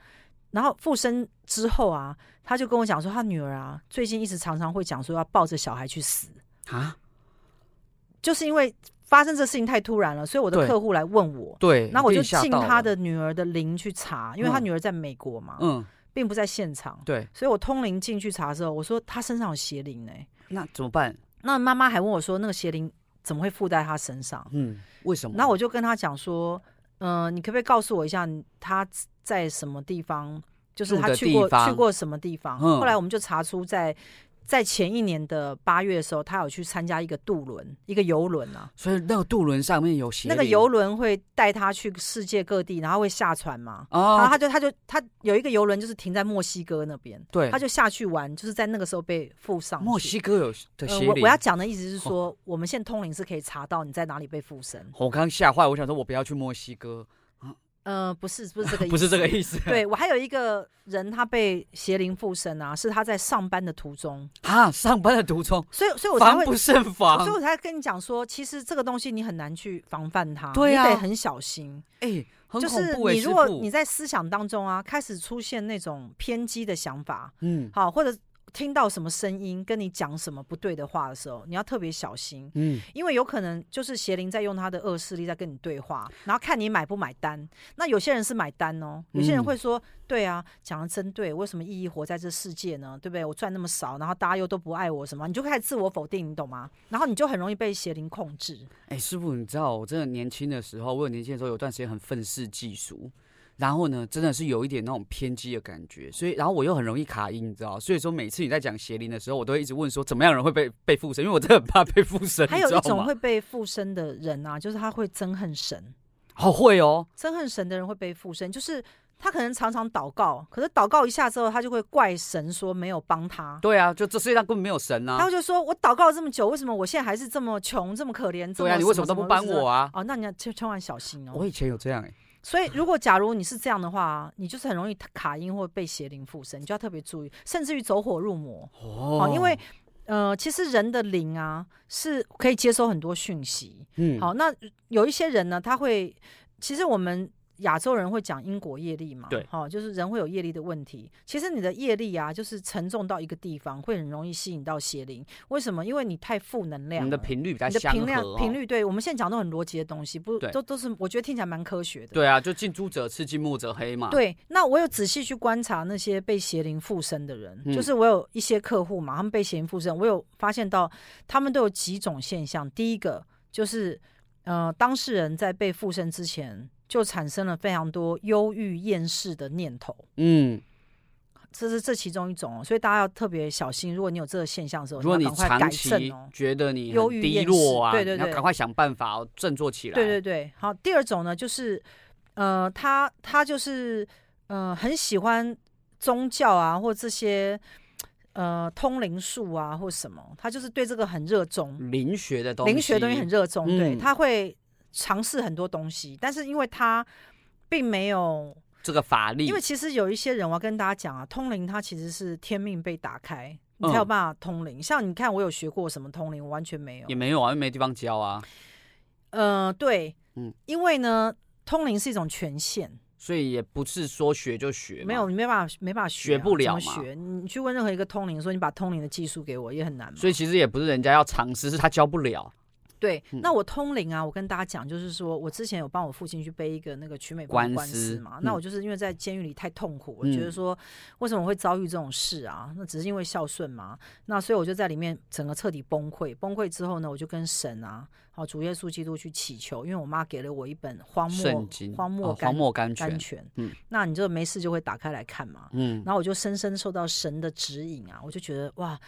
S1: 然后附身之后啊，他就跟我讲说，他女儿啊最近一直常常会讲说要抱着小孩去死，
S2: 啊，
S1: 就是因为发生这事情太突然了，所以我的
S2: 对
S1: 客户来问我。
S2: 对，
S1: 那我就
S2: 被吓
S1: 进
S2: 到
S1: 他
S2: 了，
S1: 的女儿的灵去查，因为他
S2: 嗯
S1: 女儿在美国嘛，
S2: 嗯，
S1: 并不在现场，
S2: 对，
S1: 所以我通灵进去查的时候，我说他身上有邪灵呢、
S2: 那怎么办？
S1: 那妈妈还问我说，那个邪灵怎么会附在他身上？
S2: 嗯，为什么？
S1: 那我就跟他讲说，嗯、你可不可以告诉我一下你他在什么地方？就是
S2: 住
S1: 他
S2: 的
S1: 去过
S2: 地方
S1: 去过什么地方？
S2: 嗯
S1: 后来我们就查出在。在前一年的八月的时候，他有去参加一个渡轮，一个游轮啊。
S2: 所以那个渡轮上面有邪
S1: 那个
S2: 灵
S1: 游轮会带他去世界各地，然后会下船嘛。然后
S2: 啊，
S1: 他就他就他有一个游轮，就是停在墨西哥那边，
S2: 对，
S1: 他就下去玩，就是在那个时候被附上去。
S2: 墨西哥哦有的
S1: 呃
S2: 邪灵。
S1: 我我要讲的意思是说，我们现在通灵是可以查到你在哪里被附身。
S2: 我刚吓坏，我想说我不要去墨西哥，
S1: 呃，不是不是这个意思，
S2: 不是这个意思。
S1: 对我还有一个人，他被邪灵附身啊，是他在上班的途中，
S2: 啊，上班的途中
S1: 所以所以我才
S2: 防
S1: 会，
S2: 不胜
S1: 所
S2: 防
S1: 以。我才跟你讲说，其实这个东西你很难去防范它，
S2: 对啊
S1: 你得很小心。
S2: 哎，很
S1: 就
S2: 恐
S1: 是
S2: 怖哎，
S1: 你
S2: 师
S1: 如果
S2: 傅
S1: 你在思想当中啊，开始出现那种偏激的想法，
S2: 嗯
S1: 好，或者听到什么声音跟你讲什么不对的话的时候，你要特别小心，
S2: 嗯，
S1: 因为有可能就是邪灵在用他的恶势力在跟你对话，然后看你买不买单。那有些人是买单哦，有些人
S2: 嗯
S1: 会说：“对啊，讲的真对，为什么意义活在这世界呢？对不对？我赚那么少，然后大家又都不爱我什么，你就开始自我否定，你懂吗？然后你就很容易被邪灵控 制。
S2: 哎，师傅，你知道我真的年轻的时候，我有年轻的时候有段时间很愤世嫉俗。然后呢，真的是有一点那种偏激的感觉，所以然后我又很容易卡音，你知道，所以说每次你在讲邪灵的时候，我都会一直问说怎么样人会被被附身，因为我真的很怕被附身，
S1: 还
S2: 你
S1: 有
S2: 知
S1: 一
S2: 道
S1: 种
S2: 吗
S1: 会被附身的人啊，就是他会憎恨神，
S2: 好会哦，
S1: 憎恨神的人会被附身，就是他可能常常祷告，可是祷告一下之后，他就会怪神说没有帮他，
S2: 对啊，就这世界上根本没有神
S1: 他
S2: 啊，
S1: 会就说我祷告了这么久，为什么我现在还是这么穷，这么可怜？这
S2: 对啊，你为什么都不帮？
S1: 什什
S2: 我啊？
S1: 哦，那你要千千万小心哦。
S2: 我以前有这样哎、
S1: 所以，如果假如你是这样的话，你就是很容易卡音或被邪灵附身，你就要特别注意，甚至于走火入魔。
S2: 哦
S1: 哦，因为呃，其实人的灵啊是可以接收很多讯息。
S2: 嗯
S1: 好，那有一些人呢，他会，其实我们亚洲人会讲因果业力嘛，
S2: 对
S1: 好、就是人会有业力的问题。其实你的业力啊，就是沉重到一个地方，会很容易吸引到邪灵。为什么？因为你太负能
S2: 你
S1: 量
S2: 们的
S1: 了。
S2: 频率比较
S1: 你的
S2: 相
S1: 频量
S2: 合、哦，
S1: 频率，对我们现在讲都很逻辑的东西，不
S2: 对
S1: 都都是我觉得听起来蛮科学的。
S2: 对啊，就近朱者赤，近墨者黑嘛，
S1: 对，那我有仔细去观察那些被邪灵附身的人，
S2: 嗯
S1: 就是我有一些客户嘛，他们被邪灵附身，我有发现到他们都有几种现象。第一个就是，呃，当事人在被附身之前就产生了非常多忧郁、厌世的念头，
S2: 嗯，
S1: 这是这其中一种、哦，所以大家要特别小心。如果你有这个现象的时候，
S2: 如果
S1: 你
S2: 你
S1: 要赶快
S2: 长
S1: 改
S2: 期
S1: 正哦。
S2: 觉得你
S1: 忧
S2: 很
S1: 郁
S2: 低
S1: 厌
S2: 落啊，
S1: 世对对
S2: 你要
S1: 对
S2: 赶快想办法哦振作起来。
S1: 对对对，好。第二种呢，就是呃，他他就是呃，很喜欢宗教啊，或这些呃通灵术啊，或什么，他就是对这个很热衷，
S2: 灵学嗯的东西，
S1: 灵学东西很热衷，对，
S2: 嗯
S1: 他会尝试很多东西，但是因为他。并没有，
S2: 这个法力，
S1: 因为其实有一些人，我要跟大家讲啊，通灵它其实是天命被打开，你
S2: 嗯
S1: 才有办法通灵。像你看，我有学过什么通灵，我完全没有
S2: 也。没有啊，又没地方教啊，
S1: 呃，对，
S2: 嗯
S1: 因为呢，通灵是一种权限，
S2: 所以也不是说学就学嘛，
S1: 没有，你没办法，没办法学、啊，
S2: 学不了
S1: 怎
S2: 嘛
S1: 么学？你去问任何一个通灵说你把通灵的技术给我，也很难嘛。
S2: 所以其实也不是人家要尝试，是他教不了。
S1: 对，
S2: 嗯
S1: 那我通灵啊，我跟大家讲，就是说我之前有帮我父亲去背一个那个曲美官的
S2: 官
S1: 官
S2: 司
S1: 司嘛，那
S2: 嗯
S1: 我就是因为在监狱里太痛苦，我
S2: 嗯
S1: 觉得说为什么会遭遇这种事啊？那只是因为孝顺嘛，那所以我就在里面整个彻底崩溃。崩溃之后呢，我就跟神啊，好主耶稣基督去祈求，因为我妈给了我一本荒漠
S2: 圣经，
S1: 荒漠
S2: 哦
S1: 甘
S2: 荒漠甘
S1: 甘
S2: 泉，
S1: 泉，
S2: 嗯
S1: 那你就没事就会打开来看嘛，
S2: 嗯，
S1: 然后我就深深受到神的指引啊，我就觉得哇，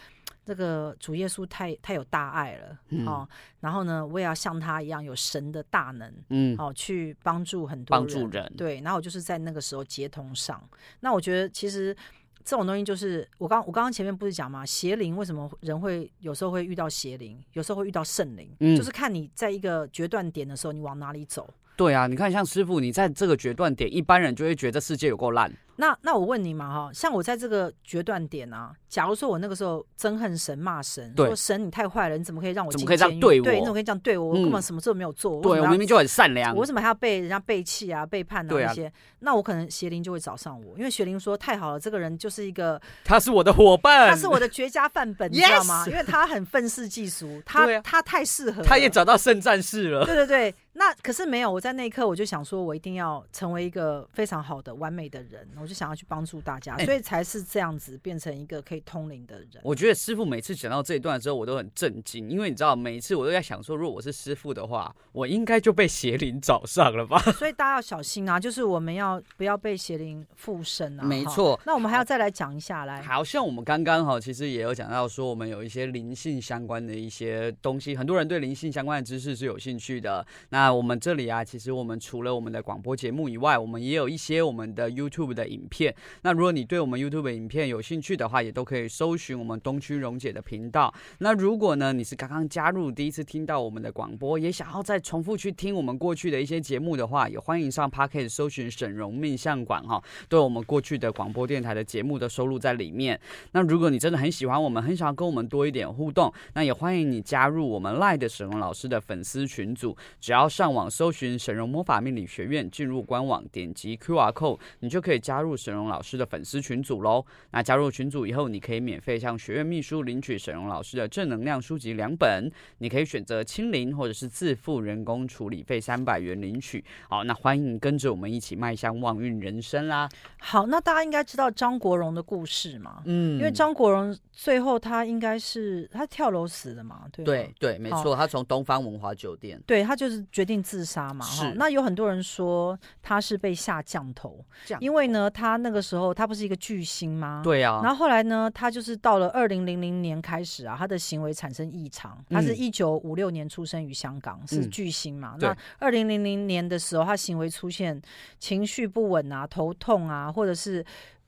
S1: 这个主耶稣太太有大爱了、
S2: 嗯
S1: 哦。然后呢，我也要像他一样有神的大能，
S2: 嗯，
S1: 哦，去帮助很多
S2: 帮助人，
S1: 对，然后我就是在那个时候接通上。那我觉得其实这种东西就是我刚我刚刚前面不是讲嘛，邪灵为什么人会有时候会遇到邪灵，有时候会遇到圣灵，
S2: 嗯
S1: 就是看你在一个决断点的时候，你往哪里走。
S2: 对啊，你看像师傅，你在这个决断点，一般人就会觉得世界有够烂，
S1: 那那我问你嘛哈，像我在这个决断点啊，假如说我那个时候憎恨神骂神，
S2: 对
S1: 说神你太坏了，你怎么可以让我
S2: 怎么
S1: 进
S2: 可以这样
S1: 监狱
S2: 对我
S1: 你怎么可以这样对我？我
S2: 嗯
S1: 根本什么事都没有做，
S2: 对
S1: 我为
S2: 我
S1: 什
S2: 明
S1: 么
S2: 明就很善
S1: 要
S2: 良
S1: 我，为什么还要被人家背弃啊、背叛啊
S2: 对啊
S1: 那些？那我可能邪灵就会找上我，因为邪灵说太好了，这个人就是一个
S2: 他是我的伙伴，
S1: 他是我的绝佳范本，你知道吗？
S2: Yes！
S1: 因为他很愤世嫉俗， 他、
S2: 对啊
S1: 他太适合了，
S2: 他也找到圣战士 了，
S1: 对对对，那可是没有，我在那一刻我就想说，我一定要成为一个非常好的、完美的人，我就想要去帮助大家，
S2: 哎
S1: 所以才是这样子变成一个可以通灵的人。
S2: 我觉得师傅每次讲到这一段的时候，我都很震惊，因为你知道，每一次我都在想说，如果我是师傅的话，我应该就被邪灵找上了吧？
S1: 所以大家要小心啊，就是我们要不要被邪灵附身啊？
S2: 没
S1: 哈。
S2: 错。
S1: 那我们还要再来讲一下来。
S2: 好像我们刚刚哈，其实也有讲到说，我们有一些灵性相关的一些东西，很多人对灵性相关的知识是有兴趣的。那我们这里啊，其实我们除了我们的广播节目以外，我们也有一些我们的 YouTube 的影片。那如果你对我们 YouTube 的影片有兴趣的话，也都可以搜寻我们东区荣姐的频道。那如果呢，你是刚刚加入，第一次听到我们的广播，也想要再重复去听我们过去的一些节目的话，也欢迎上 Pocket 搜寻沈荣命相馆哈，都有我们过去的广播电台的节目的收录在里面。那如果你真的很喜欢我们，很想要跟我们多一点互动，那也欢迎你加入我们赖的沈荣老师的粉丝群组。只要上网搜寻沈荣魔法命理学院，进入官网点击 Q R code，你就可以加入沈荣老师的粉丝群组喽。那加入群组以后，你可以免费向学院秘书领取沈荣老师的正能量书籍两本，你可以选择清零或者是自付人工处理费三百元领取。好，那欢迎跟着我们一起迈向旺运人生啦。
S1: 好，那大家应该知道张国荣的故事嘛？
S2: 嗯
S1: 因为张国荣最后他应该是他跳楼死的嘛，对吗啊哦
S2: 对对，没
S1: 好
S2: 错，他从东方文华酒店。
S1: 对他就是决决定自杀嘛，哈
S2: 是。
S1: 那有很多人说他是被下降头，
S2: 这样
S1: 因为呢，他那个时候他不是一个巨星吗？。
S2: 对啊，
S1: 然后后来呢，他就是到了二零零零年开始啊，他的行为产生异常。他是
S2: 嗯
S1: 一九五六年出生于香港，是
S2: 嗯
S1: 巨星嘛？
S2: 对
S1: 那二零零零年的时候，他行为出现情绪不稳啊、头痛啊，或者是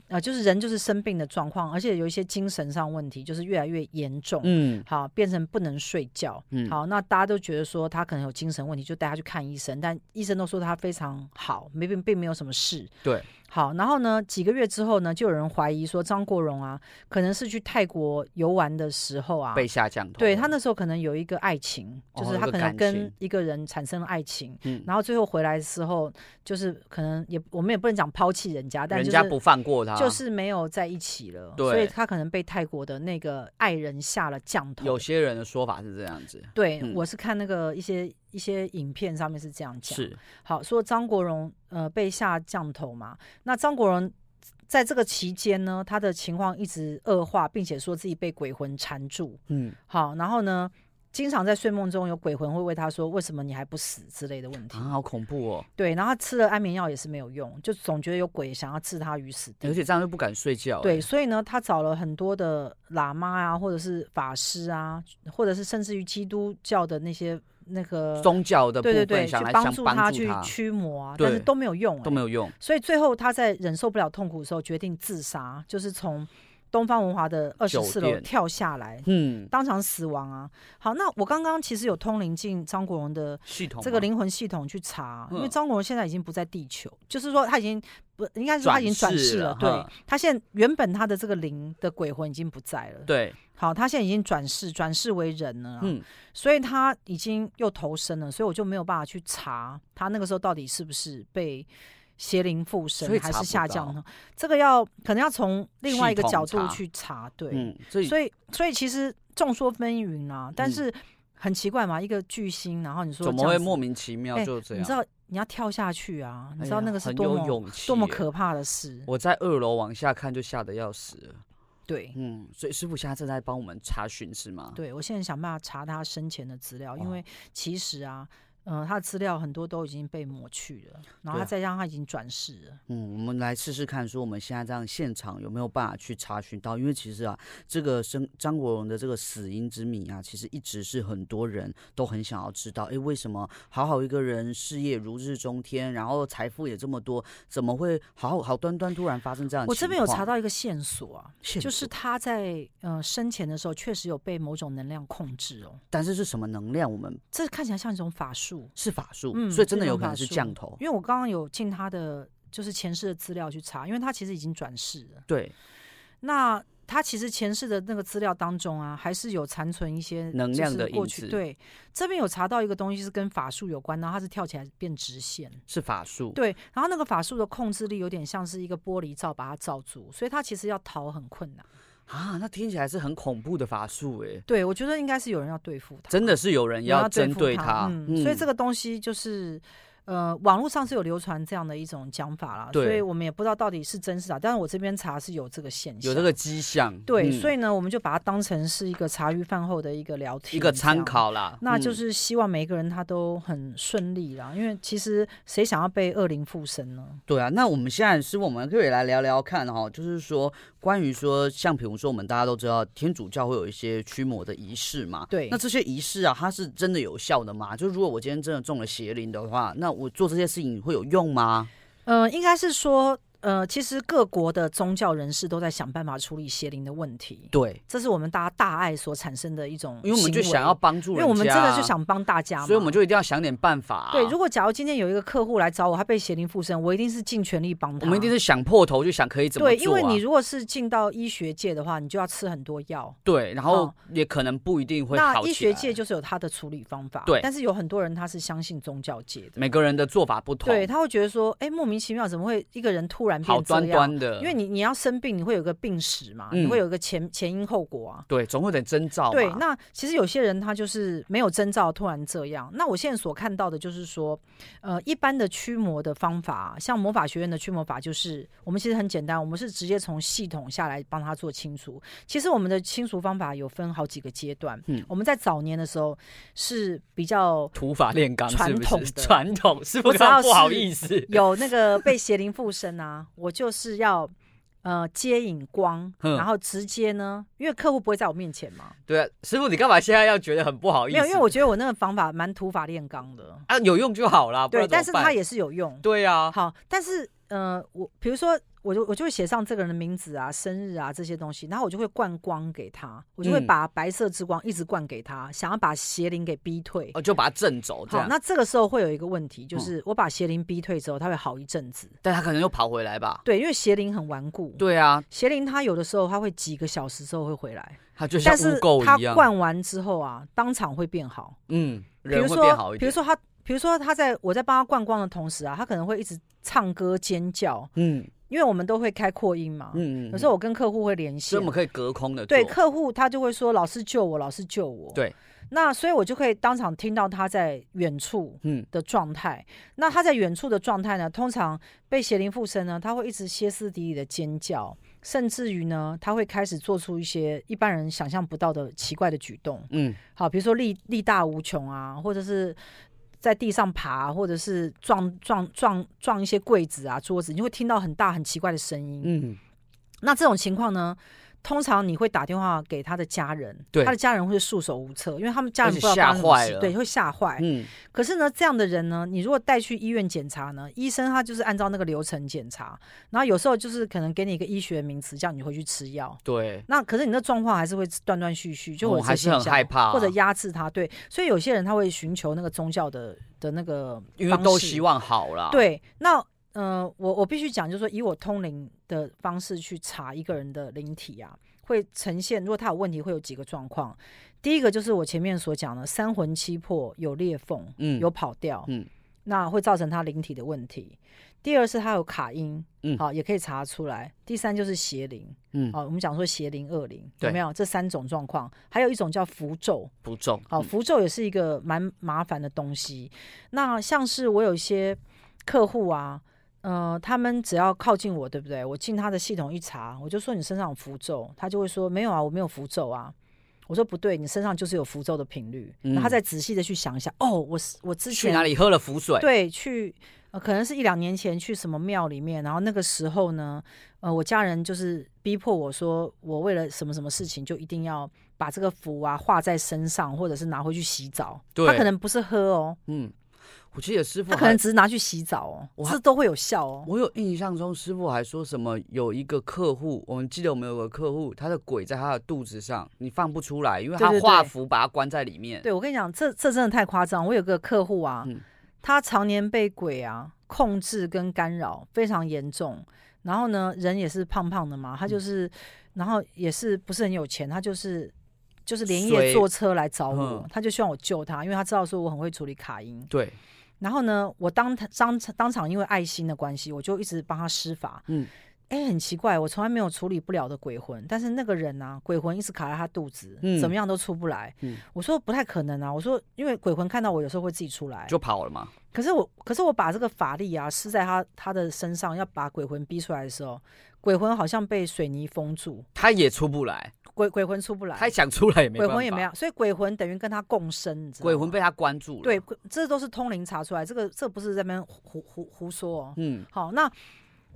S1: 呃，就是人就是生病的状况，而且有一些精神上问题，就是越来越严重。
S2: 嗯
S1: 好，变成不能睡觉。
S2: 嗯
S1: 好，那大家都觉得说他可能有精神问题，就带他去看医生，但医生都说他非常好，没并并没有什么事。
S2: 对，
S1: 好，然后呢，几个月之后呢，就有人怀疑说张国荣啊，可能是去泰国游玩的时候啊，
S2: 被下降头，
S1: 对他那时候可能有一个爱情，就
S2: 哦
S1: 是
S2: 有
S1: 他
S2: 个
S1: 可能
S2: 感
S1: 跟
S2: 情
S1: 一个人产生了爱情，
S2: 嗯
S1: 然后最后回来的时候，就是可能也我们也不能讲抛弃人家，但
S2: 人
S1: 就
S2: 家
S1: 是
S2: 不放过他，
S1: 就是没有在一起了，
S2: 对
S1: 所以他可能被泰国的那个爱人下了降头。
S2: 有些人的说法是这样子，
S1: 对，
S2: 嗯
S1: 我是看那个一些一些影片上面是这样讲。
S2: 是
S1: 好，说张国荣呃被下降头嘛，那张国荣。在这个期间呢，他的情况一直恶化，并且说自己被鬼魂缠住。
S2: 嗯
S1: 好，然后呢，经常在睡梦中有鬼魂会问他说：“为什么你还不死？”之类的问题。
S2: 啊，好恐怖哦，
S1: 对，然后他吃了安眠药也是没有用，就总觉得有鬼想要置他于死地
S2: 而。且这样就不敢睡觉，
S1: 对，
S2: 哎，
S1: 所以呢，他找了很多的喇嘛啊，或者是法师啊，或者是甚至于基督教的那些那个
S2: 欸宗教的部
S1: 对对
S2: 分
S1: 对，
S2: 想
S1: 去
S2: 来想
S1: 助
S2: 帮助
S1: 去
S2: 他
S1: 驱魔啊，但是
S2: 对
S1: 都没有用、
S2: 都没有用，
S1: 所以最后他在忍受不了痛苦的时候，决定自杀，就是从东方文华的二十四
S2: 酒
S1: 楼
S2: 店
S1: 跳下来，
S2: 嗯，
S1: 当场死亡啊。好，那我刚刚其实有通灵进张国荣的
S2: 系统
S1: 这个
S2: 吗
S1: 灵魂系统去查，因为
S2: 嗯
S1: 张国荣现在已经不在地球，就是说他已经不应该是说他已经转
S2: 转世
S1: 世了，
S2: 了
S1: 对
S2: 哈
S1: 他现在原本他的这个灵的鬼魂已经不在了，
S2: 对，
S1: 好，他现在已经转世，转世为人了、啊，
S2: 嗯
S1: 所以他已经又投生了，所以我就没有办法去查他那个时候到底是不是被邪灵附
S2: 所
S1: 身
S2: 以
S1: 还是
S2: 查不
S1: 下降
S2: 到
S1: 呢？这个要可能要从另外一个
S2: 系统
S1: 角度
S2: 查
S1: 去查，对，
S2: 嗯，所以
S1: 所以所以其实众说纷纭啊，但
S2: 嗯
S1: 是很奇怪嘛，一个巨星，然后你说这
S2: 怎么
S1: 样
S2: 会
S1: 子
S2: 莫名其妙
S1: 哎
S2: 就这样？
S1: 你知道你要跳下去啊，你
S2: 哎
S1: 知道
S2: 呀
S1: 那个是
S2: 很
S1: 多
S2: 有
S1: 么
S2: 勇气，
S1: 多么！可怕的事，
S2: 我在二楼往下看就吓得要死了。
S1: 对。
S2: 嗯，所以师傅现在正在帮我们查询是吗？，
S1: 对，我现在想办法查他生前的资料，因
S2: 啊哦
S1: 为其实啊，呃，他的资料很多都已经被抹去了，然后
S2: 对
S1: 他
S2: 啊
S1: 再加上他已经转世了，
S2: 嗯，我们来试试看，说我们现在这样现场有没有办法去查询到？因为其实啊，这个生张国荣的这个死因之谜啊，其实一直是很多人都很想要知道，诶，为什么好好一个人事业如日中天，然后财富也这么多，怎么会好好好端端突然发生这样的
S1: 我这边有查
S2: 到，
S1: 到一个线索啊，
S2: 线
S1: 就是
S2: 索，
S1: 他在呃生前的时候确实有被某种能量控制哦，
S2: 但是是什么能量？我们
S1: 这看起来像一种法术，
S2: 是法术，
S1: 嗯
S2: 所以真
S1: 是
S2: 的有
S1: 种
S2: 可
S1: 法
S2: 能是
S1: 术
S2: 降头。
S1: 因为我刚刚有进他的就是前世的资料去查，因为他其实已经转世了，
S2: 对，
S1: 那。他其实前世的那个资料当中啊，还是有残存一些
S2: 能
S1: 就
S2: 量
S1: 是
S2: 的
S1: 过
S2: 因
S1: 去
S2: 子
S1: 对，这边有查到一个东西是跟法术有关，然后它是跳起来变直线。
S2: 是法术。
S1: 对，然后那个法术的控制力有点像是一个玻璃罩把它罩住，所以它其实要逃很困难。
S2: 啊，那听起来是很恐怖的法术哎、
S1: 对，我觉得应该是有人要对付他，
S2: 真的是有人
S1: 有人
S2: 要针
S1: 对
S2: 对
S1: 付他。嗯，所以这
S2: 个
S1: 个东西就是。呃，网络上是有流传这样的一种讲法啦，所
S2: 对
S1: 以我们也不知道到底是真是假，但是我这边查是有这个现象，
S2: 有这个迹象，
S1: 对，
S2: 嗯
S1: 所以呢，我们就把它当成是一个茶余饭后的一个聊天，
S2: 一个参。考啦，
S1: 那就
S2: 嗯
S1: 是希望每一个人他都很顺利啦，因为其实谁想要被恶灵附身呢？
S2: 对啊。那我们现在是我们可以来聊聊看哈、就是说关于说像比如说我们大家都知道天主教会有一些驱魔的仪式嘛，
S1: 对
S2: 那这些仪式啊，它是真的有效的吗？就如果我今天真的中了邪灵的话，那我做这些事情会有用吗？
S1: 呃，应该是说，呃，其实各国的宗教人士都在想办法处理邪灵的问题，
S2: 对，
S1: 这是我们大家大爱所产生的一种，
S2: 因为我们就想要，帮助
S1: 因
S2: 人
S1: 为
S2: 家，
S1: 我们真的就，想帮大家嘛，
S2: 所以我们就一定要想点办法啊、
S1: 对。如果假如今天有一个客户来找我，他被邪灵附身，我一定是尽全力帮他，
S2: 我们一定是想破头就想可以怎么做、
S1: 对，
S2: 啊，
S1: 因为你如果是进到医学界的话，你就要吃很多药。
S2: 对，然后
S1: 哦
S2: 也可能不一定会
S1: 那
S2: 好
S1: 医
S2: 起来。
S1: 学界就是有他的处理方法，
S2: 对嗯
S1: 但是有很多人他是相信宗教界的，
S2: 每个人的做法不同，
S1: 对，他会觉得说，哎、莫名其妙怎么会一个人突然变
S2: 好
S1: 这
S2: 端
S1: 样。
S2: 端的，
S1: 因为你你要生病，你会有个病史嘛，
S2: 嗯
S1: 你会有个前前因后果啊。
S2: 对总会有点征兆嘛。
S1: 对，那其实有些人他就是没有征兆，突然这样。那我现在所看到的就是说，呃，一般的驱魔的方法，像魔法学院的驱魔法，就是我们其实很简单，我们是直接从系统下来帮他做清除。其实我们的清除方法有分好几个阶段。
S2: 嗯
S1: 我们在早年的时候是比 较
S2: 土法炼钢是不
S1: 传
S2: 是
S1: 统的
S2: 传统？是不
S1: 我
S2: 是
S1: 只要
S2: 不好
S1: 是
S2: 意思？
S1: 有那个被邪灵附身啊，我就是要。呃，接引光，
S2: 嗯
S1: 然后直接呢，因为客户不会在我面前嘛，
S2: 对啊，师傅，你干嘛现在要觉得很不好意
S1: 没
S2: 思？
S1: 有，因为我觉得我那个方法蛮土法炼钢的，
S2: 啊有用就好啦，不
S1: 对，
S2: 然怎么
S1: 但是
S2: 办
S1: 它也是有用。
S2: 对啊，
S1: 好，但是呃，我比如说，我就我就会写上这个人的名字啊、生日啊这些东西，然后我就会灌光给他，我就会
S2: 嗯
S1: 把白色之光一直灌给他，想要把邪灵给逼退。
S2: 哦就把它震走这
S1: 好，
S2: 样。
S1: 那这个时候会有一个问题，就
S2: 嗯
S1: 是我把邪灵逼退之后，他会好一阵子。
S2: 但他可能又跑回来吧？
S1: 对，因为邪灵很顽固，
S2: 对啊，
S1: 邪灵它有的时候它会几个小时之后会回来，
S2: 他就像
S1: 但
S2: 污
S1: 是它
S2: 垢一样。
S1: 灌完之后啊，当场会变好。
S2: 嗯，
S1: 比如
S2: 人会变好
S1: 说，
S2: 一
S1: 比如
S2: 点。
S1: 说他，比如说他在我在帮他灌光的同时啊，他可能会一直唱歌尖叫，
S2: 嗯
S1: 因为我们都会开扩音嘛。
S2: 嗯，嗯
S1: 有时候我跟客户会联系
S2: 所以我，们可以隔空的
S1: 对客户他就会说：“老师救我，老师救我。”
S2: 对，
S1: 那所以我就可以当场听到他在远处
S2: 嗯，
S1: 的状态。那他在远处的状态呢，通常被邪灵附身呢，他会一直歇斯底里的尖叫，甚至于呢，他会开始做出一些一般人想象不到的奇怪的举动。
S2: 嗯，
S1: 好，比如说力力大无穷啊，或者是在地上爬，或者是撞撞撞撞一些柜子啊、桌子，你会听到很大很奇怪的声音。
S2: 嗯，
S1: 那这种情况呢，通常你会打电话给他的家人，
S2: 对
S1: 他的家人会束手无策，因为他们家人
S2: 而
S1: 不
S2: 且
S1: 知道发生什么
S2: 吓坏
S1: 事
S2: 了
S1: 对，会吓坏。
S2: 嗯，
S1: 可是呢，这样的人呢，你如果带去医院检查呢，医生他就是按照那个流程检查，然后有时候就是可能给你一个医学名词，叫你回去吃药。
S2: 对，
S1: 那可是你的状况还是会断断续续，就
S2: 哦
S1: 我
S2: 还是很害怕啊
S1: 或者压制他。对，所以有些人他会寻求那个宗教的的那个方式，
S2: 因为都希望啊好啦。，
S1: 对。那呃，我我必须讲，就是说以我通灵的方式去查一个人的灵体啊，会呈现如果他有问题，会有几个状况。第一个就是我前面所讲的三魂七魄有裂缝，
S2: 嗯，
S1: 有跑掉，
S2: 嗯
S1: 那会造成他灵体的问题。第二是他有卡音，
S2: 嗯
S1: 好、也可以查出来。第三就是邪灵，
S2: 嗯
S1: 好、我们讲说邪灵、恶灵有
S2: 对
S1: 没有这三种状况？还有一种叫符咒，
S2: 不重。
S1: 好、
S2: 嗯
S1: 哦符咒也是一个蛮麻烦的东西。那像是我有一些客户啊，呃，他们只要靠近我，对不对？我进他的系统一查，我就说你身上有符咒，他就会说没有啊，我没有符咒啊。我说不对，你身上就是有符咒的频率。那、他
S2: 嗯
S1: 再仔细的去想一下，哦，我是我之
S2: 去
S1: 前
S2: 哪里喝了符水？
S1: 对，去、呃、可能是一两年前去什么庙里面，然后那个时候呢，呃，我家人就是逼迫我说，我为了什么什么事情就一定要把这个符啊画在身上，或者是拿回去洗澡。
S2: 对
S1: 他可能不是喝哦，
S2: 嗯，我记得师傅
S1: 他可
S2: 还
S1: 能只是拿去洗澡哦，
S2: 我还
S1: 这都会有效哦。
S2: 我有印象中，师傅还说什么有一个客户，我们记得我们有个客户，他的鬼在他的肚子上，你放不出来，因为
S1: 对
S2: 他
S1: 对对
S2: 画符把他关在里面。
S1: 对我跟你讲，这这真的太夸张。我有个客户啊，
S2: 嗯
S1: 他常年被鬼啊控制跟干扰，非常严重。然后呢，人也是胖胖的嘛，他
S2: 嗯
S1: 就是，然后也是不是很有钱，他就是就是连夜
S2: 衰
S1: 坐车来找我，
S2: 嗯
S1: 他就希望我救他，因为他知道说我很会处理卡音。
S2: 对，
S1: 然后呢，我当当当场因为爱心的关系，我就一直帮他施法。嗯
S2: 嗯，
S1: 哎，很奇怪，我从来没有处理不了的鬼魂，但是那个人啊，鬼魂一直卡在他肚子，
S2: 嗯
S1: 怎么样都出不来。
S2: 嗯
S1: 我说不太可能啊，我说因为鬼魂看到我有时候会自己出来，
S2: 就跑了嘛。
S1: 可是我可是我把这个法力啊施在他他的身上，要把鬼魂逼出来的时候，鬼魂好像被水泥封住，
S2: 他也出不来，
S1: 鬼鬼魂出不来，
S2: 他想出来也没
S1: 鬼
S2: 办法。
S1: 魂也没有，所以鬼魂等于跟他共生，你知道吗
S2: 鬼魂被他关住了。
S1: 对，，鬼这都是通灵查出来，这个这不是在那边胡胡胡胡说哦。
S2: 嗯，
S1: 好，那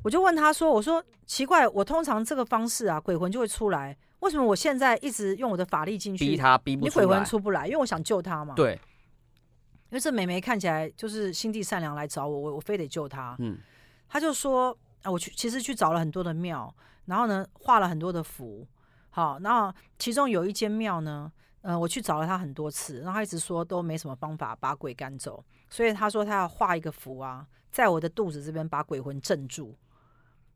S1: 我就问他说：“我说奇怪，我通常这个方式啊，鬼魂就会出来，为什么我现在一直用我的法力进
S2: 逼
S1: 去，
S2: 他逼不
S1: 你
S2: 出
S1: 鬼魂
S2: 来。
S1: 出不来？因为我想救他嘛。
S2: 对，
S1: 因为这美眉看起来就是心地善良，来找我，我我非得救她。
S2: 嗯
S1: 她就说啊，我去其实去找了很多的庙，然后呢画了很多的符，好，那其中有一间庙呢。”呃，我去找了她很多次，然后她一直说都没什么方法把鬼赶走，所以她说她要画一个符啊，在我的肚子这边把鬼魂镇住，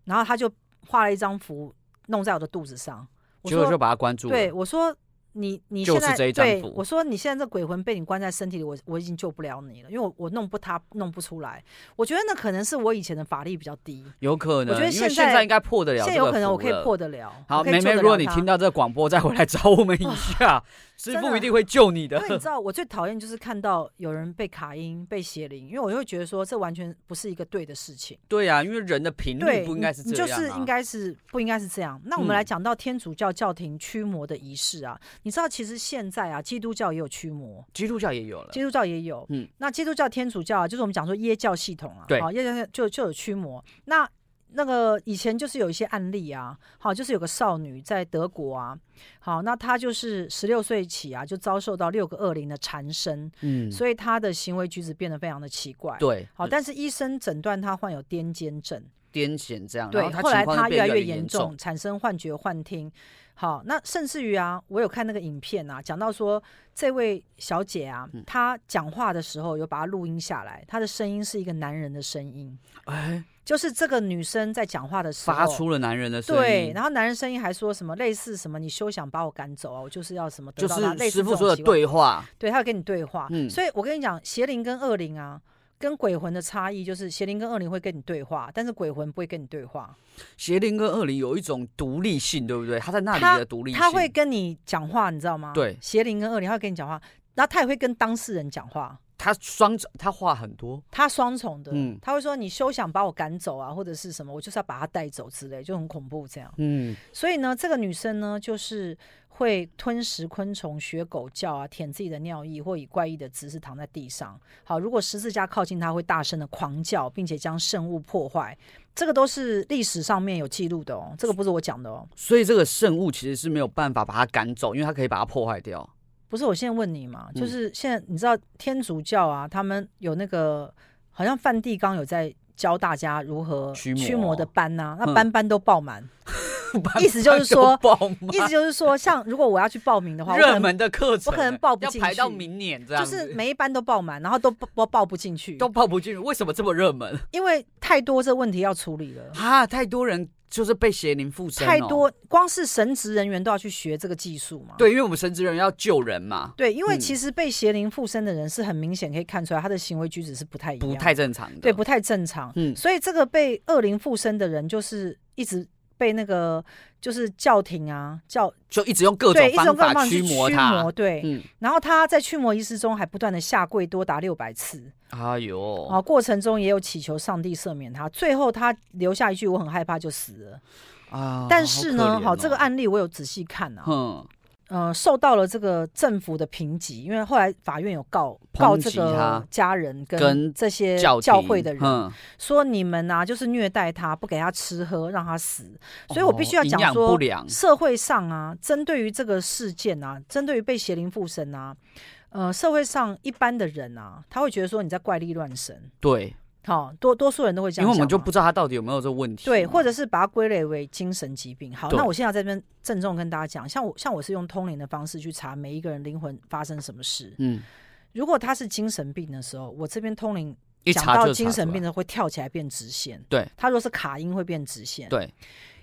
S1: 然后她就画了一张符弄在我的肚子上。我
S2: 结果
S1: 说
S2: 就把他关住了。
S1: 对，我说你你
S2: 就
S1: 现
S2: 是
S1: 在
S2: 这一张
S1: 对
S2: 图
S1: 我说，你现在这鬼魂被你关在身体里，我我已经救不了你了，因为我我弄不他弄不出来。我觉得那可能是我以前的法力比较低，
S2: 有可能，
S1: 我觉得
S2: 因为
S1: 现
S2: 现
S1: 在
S2: 应该破得了
S1: 现在
S2: 啊这个
S1: 有可能
S2: 符
S1: 我可以
S2: 了
S1: 破得了。
S2: 好，
S1: 我可以
S2: 梅
S1: 救
S2: 梅，
S1: 得
S2: 如果
S1: 了
S2: 你
S1: 他
S2: 听到这个广播，再回来找我们一下，师
S1: 真
S2: 傅
S1: 的啊
S2: 一定会救你的
S1: 因。为你知道，我最讨厌就是看到有人被卡音、被邪灵，因为我就会觉得说这完全不是一个对的事情。
S2: 对啊，因为人的频率
S1: 对，
S2: 不应
S1: 你
S2: 该是
S1: 你
S2: 这
S1: 就
S2: 样、啊，
S1: 是应该是不应该是这样。那我们
S2: 嗯
S1: 来讲到天主教教廷驱魔的仪式啊，你知道其实现在啊，基督教也有驱魔，
S2: 基督教也有了
S1: 基。督教也有。
S2: 嗯
S1: 嗯，那基督教、天主教啊，就是我们讲说耶教系统啊，
S2: 对
S1: 好耶教系统就就有驱魔。那那个以前就是有一些案例啊，好，就是有个少女在德国啊，好，那她就是十六岁起啊，就遭受到六个恶灵的缠身，
S2: 嗯，
S1: 所以她的行为举止变得非常的奇怪。
S2: 对，
S1: 好，但是医生诊断她患有癫痫症，
S2: 癫痫这样，然
S1: 对，
S2: 他
S1: 后来
S2: 情况
S1: 他
S2: 就
S1: 越
S2: 变
S1: 来
S2: 得
S1: 越
S2: 越
S1: 严
S2: 重，
S1: 重，产生幻觉、幻听。好，那甚至于啊，我有看那个影片啊，讲到说这位小姐啊，
S2: 嗯
S1: 她讲话的时候有把它录音下来，她的声音是一个男人的声音，
S2: 哎，
S1: 就是这个女生在讲话的时候
S2: 发。出了男人的声
S1: 对，
S2: 音。
S1: 然后男人声音还说什么类似什么你休想把我赶走啊，我就是要什么
S2: 就
S1: 得到他，
S2: 是
S1: 类似
S2: 师
S1: 这
S2: 傅
S1: 种
S2: 说的
S1: 奇怪，
S2: 对话，
S1: 对，他要跟你对话。
S2: 嗯
S1: 所以我跟你讲，邪灵跟恶灵啊，跟鬼魂的差异就是邪灵跟恶灵会跟你对话，但是鬼魂不会跟你对话。
S2: 邪灵跟恶灵有一种独立性，对不对？他在那
S1: 他
S2: 里的独立性，
S1: 他会跟你讲话，你知道吗？
S2: 对
S1: 邪灵跟恶灵他会跟你讲话，然后他也会跟当事人讲话，
S2: 他双他话很多，
S1: 他双重的，
S2: 嗯
S1: 他会说你休想把我赶走啊，或者是什么，我就是要把他带走之类，就很恐怖这样。
S2: 嗯，
S1: 所以呢，这个女生呢，就是会吞食昆虫、学狗叫啊，舔自己的尿液，或以怪异的姿势躺在地上。好，如果十字架靠近她，会大声的狂叫，并且将圣物破坏。这个都是历史上面有记录的哦，这个不是我讲的哦。
S2: 所以这个圣物其实是没有办法把它赶走，因为它可以把它破坏掉。
S1: 不是，我现在问你嘛，就
S2: 嗯
S1: 是现在你知道天主教啊，他们有那个好像梵蒂冈有在教大家如何
S2: 驱魔
S1: 的班呐、
S2: 嗯
S1: 那班班都爆 满，意思就是说
S2: 爆满
S1: 意思就是说，像如果我要去报名的话，我
S2: 热
S1: 可能
S2: 门的课程，
S1: 我
S2: 哎
S1: 可能报不
S2: 要
S1: 进
S2: 排到
S1: 去
S2: 明年这样
S1: 就
S2: 子，
S1: 是每一班都爆满，然后都报都报不进去，
S2: 都报不进去，为什么这么热门
S1: 因为太多这问题要处理了。
S2: 啊？太多人就是被邪灵附身、哦
S1: 太。多，光是神职人员都要去学这个技术嘛。
S2: 对，因为我们神职人要救人嘛，
S1: 对，因为
S2: 嗯
S1: 其实被邪灵附身的人是很明显可以看出来，他的行为举止是不太一样
S2: 不
S1: 的。
S2: 太正常的。
S1: 对，不太正常。
S2: 嗯
S1: 所以这个被恶灵附身的人，就是一直被那个就是教廷啊教
S2: 就一直用各
S1: 对
S2: 种
S1: 一种
S2: 法
S1: 方式
S2: 驱
S1: 驱
S2: 魔他。
S1: 对，
S2: 嗯，
S1: 然后他在驱魔仪式中还不断的下跪多达六百次，
S2: 哎呦，
S1: 啊，过程中也有祈求上帝赦免他，最后他留下一句“我很害怕”就死了。
S2: 啊，
S1: 但是呢，
S2: 好可怜哦
S1: 这个，案例我有仔细看啊，
S2: 哼，
S1: 呃，受到了这个政府的评级，因为后来法院有告告
S2: 抨
S1: 这
S2: 击他
S1: 个家人
S2: 跟
S1: 跟这些
S2: 教
S1: 呃教
S2: 廷
S1: 会的人，
S2: 嗯
S1: 说你们呐、就是虐待他，不给他吃喝，让他死。所以我必须要
S2: 哦
S1: 讲
S2: 营养
S1: 说
S2: 不良，
S1: 社会上啊，针对于这个事件啊，针对于被邪灵附身啊，呃，社会上一般的人啊，他会觉得说你在怪力乱神，
S2: 对，
S1: 好、多多数人都会这
S2: 因
S1: 样
S2: 为
S1: 想嘛，
S2: 我们就不知道他到底有没有这问题嘛。
S1: 对，或者是把它归类为精神疾病。好，
S2: 对
S1: 那我现在在这边郑重跟大家讲，像我像我是用通灵的方式去查每一个人灵魂发生什么事。
S2: 嗯，
S1: 如果他是精神病的时候，我这边通灵
S2: 一
S1: 讲
S2: 查就
S1: 到
S2: 查
S1: 精神
S2: 出来
S1: 病的会跳起来变直线，
S2: 对，
S1: 他若是卡音会变直线，
S2: 对，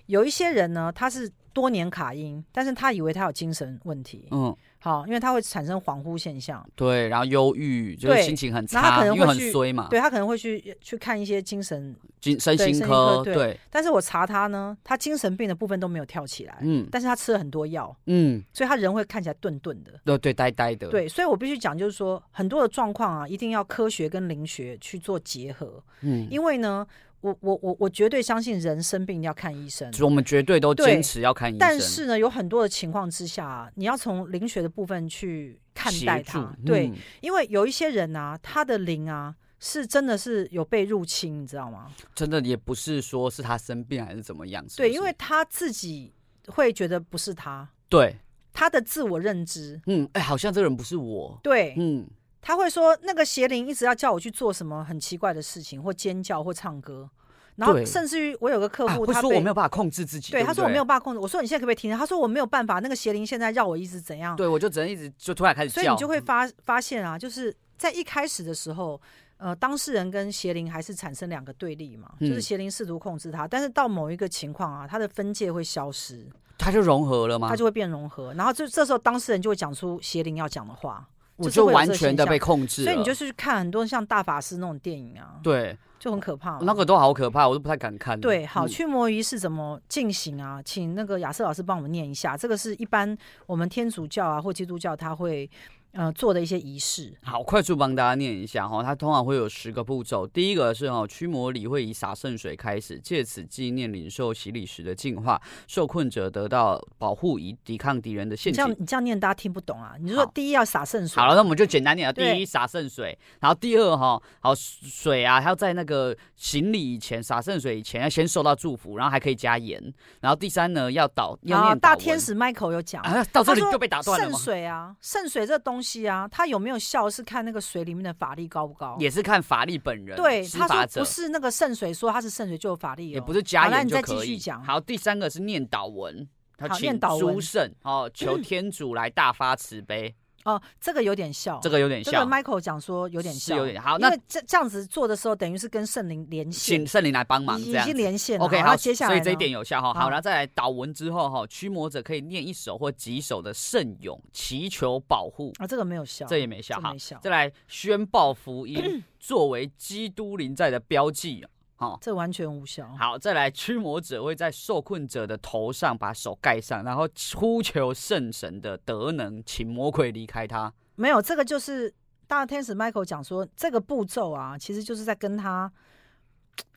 S1: 有一些人呢，他是多年卡音，但是他以为他有精神问题，
S2: 嗯，
S1: 好，因为他会产生恍惚现象，
S2: 对，然后忧郁，就是
S1: 对
S2: 心情很
S1: 然后他
S2: 差，
S1: 可能
S2: 因为
S1: 会
S2: 很
S1: 去
S2: 衰嘛，
S1: 对他可能会去去看一些精神，
S2: 精身心
S1: 身心
S2: 科，
S1: 科对
S2: 对，
S1: 但是我查他呢，他精神病的部分都没有跳起来，
S2: 嗯
S1: 但是他吃了很多药，
S2: 嗯，
S1: 所以他人会看起来顿顿的。
S2: 对对，呆呆的，，
S1: 对，所以我必须讲，就是说很多的状况啊，一定要科学跟灵学去做结合，
S2: 嗯，
S1: 因为呢，我我我我绝对相信人生病一定要看医生，
S2: 就我们绝对都
S1: 对
S2: 坚持要看医生，
S1: 但是呢，有很多的情况之下、啊你要从灵学的部分去看
S2: 协
S1: 待
S2: 助
S1: 它。对，
S2: 嗯
S1: 因为有一些人啊，他的灵啊是真的是有被入侵，你知道吗？
S2: 真的也不是说是他生病还是怎么样，是
S1: 对，
S2: 不是
S1: 因为他自己会觉得不是他，
S2: 对，
S1: 他的自我认知，
S2: 嗯，哎，好像这个人不是我，
S1: 对，
S2: 嗯，
S1: 他会说那个邪灵一直要叫我去做什么很奇怪的事情，或尖叫或唱歌，然后
S2: 对
S1: 甚至于我有个客
S2: 啊，
S1: 户，
S2: 会
S1: 他
S2: 说
S1: 被
S2: 我没有办法控制自己，
S1: 对，
S2: 对，
S1: 他说我没有，办法控制。我说你现在可不可以停？他说我没有办法，那个邪灵现在让我一直怎样？
S2: 对我就只能一直就突然开始
S1: 所
S2: 叫，
S1: 以你就会发发现啊，就是在一开始的时候，呃，当事人跟邪灵还是产生两个对立嘛，就是
S2: 嗯
S1: 邪灵试图控制他，但是到某一个情况啊，他的分界会消失，
S2: 它就融合了吗？
S1: 它就会变融合，然后这这时候当事人就会讲出邪灵要讲的话，
S2: 我
S1: 就是
S2: 就
S1: 会有
S2: 完
S1: 这个
S2: 全
S1: 现
S2: 的
S1: 象
S2: 被控制了。
S1: 所以你就是去看很多像大法师那种电影啊，
S2: 对
S1: 就很可怕嘛。
S2: 那个都好可怕，我都不太敢看。
S1: 对，好，
S2: 嗯
S1: 驱魔仪式怎么进行啊？请那个亚瑟老师帮我们念一下，这个是一般我们天主教啊或基督教他会呃做的一些仪式。
S2: 好，快速帮大家念一下哈，它通常会有十个步骤。第一个是哈，驱魔礼会以洒圣水开始，借此纪念领受洗礼时的净化，受困者得到保护以抵抗敌人的
S1: 你
S2: 陷
S1: 这样
S2: 阱。
S1: 你这样念大家听不懂啊？你说
S2: 好
S1: 第一要洒圣水，
S2: 好了，那我们就简单点了。
S1: 对
S2: 第一，洒圣水；然后第二哈，好水啊，还要在那个行礼以前洒圣水以前要先受到祝福，然后还可以加盐。然后第三呢，要祷要
S1: 啊，
S2: 念
S1: 大
S2: 祷
S1: 天
S2: 文
S1: 使 Michael 有讲。
S2: 啊，到这
S1: 他
S2: 里
S1: 说
S2: 就被打断了
S1: 圣
S2: 吗？
S1: 水啊，圣水这东西啊，它有没有效是看那个水里面的法力高不高。
S2: 也是看法力本人，
S1: 对，
S2: 施
S1: 他
S2: 法
S1: 说
S2: 者
S1: 不是那个圣水，说它是圣水就有法力、哦，
S2: 也不是加
S1: 好那
S2: 盐
S1: 你
S2: 就
S1: 再
S2: 可
S1: 继续
S2: 以。
S1: 讲
S2: 好，第三个是念祷文，他
S1: 好
S2: 请
S1: 念祷文
S2: 诸圣哦，求 天主来大发慈悲，
S1: 哦，这个有点效，
S2: 这个有点
S1: 这个
S2: 像，
S1: Michael 讲说有点
S2: 是
S1: 像，
S2: 有点好。
S1: 因
S2: 那
S1: 为这这样子做的时候，等于是跟圣灵连线
S2: 请，圣灵来帮忙，
S1: 已
S2: 这
S1: 已
S2: 样
S1: 经
S2: 子。
S1: 连线了。
S2: OK，
S1: 好，
S2: 好，
S1: 那接下来
S2: 所以这一
S1: 呢
S2: 点有效
S1: 好
S2: 哈。好，然后再来祷文之后哈，驱魔者可以念一首或几首的圣咏，祈求保护，
S1: 啊，这个没有效，
S2: 这也没效
S1: 这
S2: 哈
S1: 没。效，
S2: 再来宣报 福音，作为基督临在的标记哦。
S1: 这完全无效。
S2: 好，再来，驱魔者会在受困者的头上把手盖上，然后呼求圣神的德能，请魔鬼离开他。
S1: 没有，这个就是大天使 Michael 讲说，这个步骤啊，其实就是在跟他、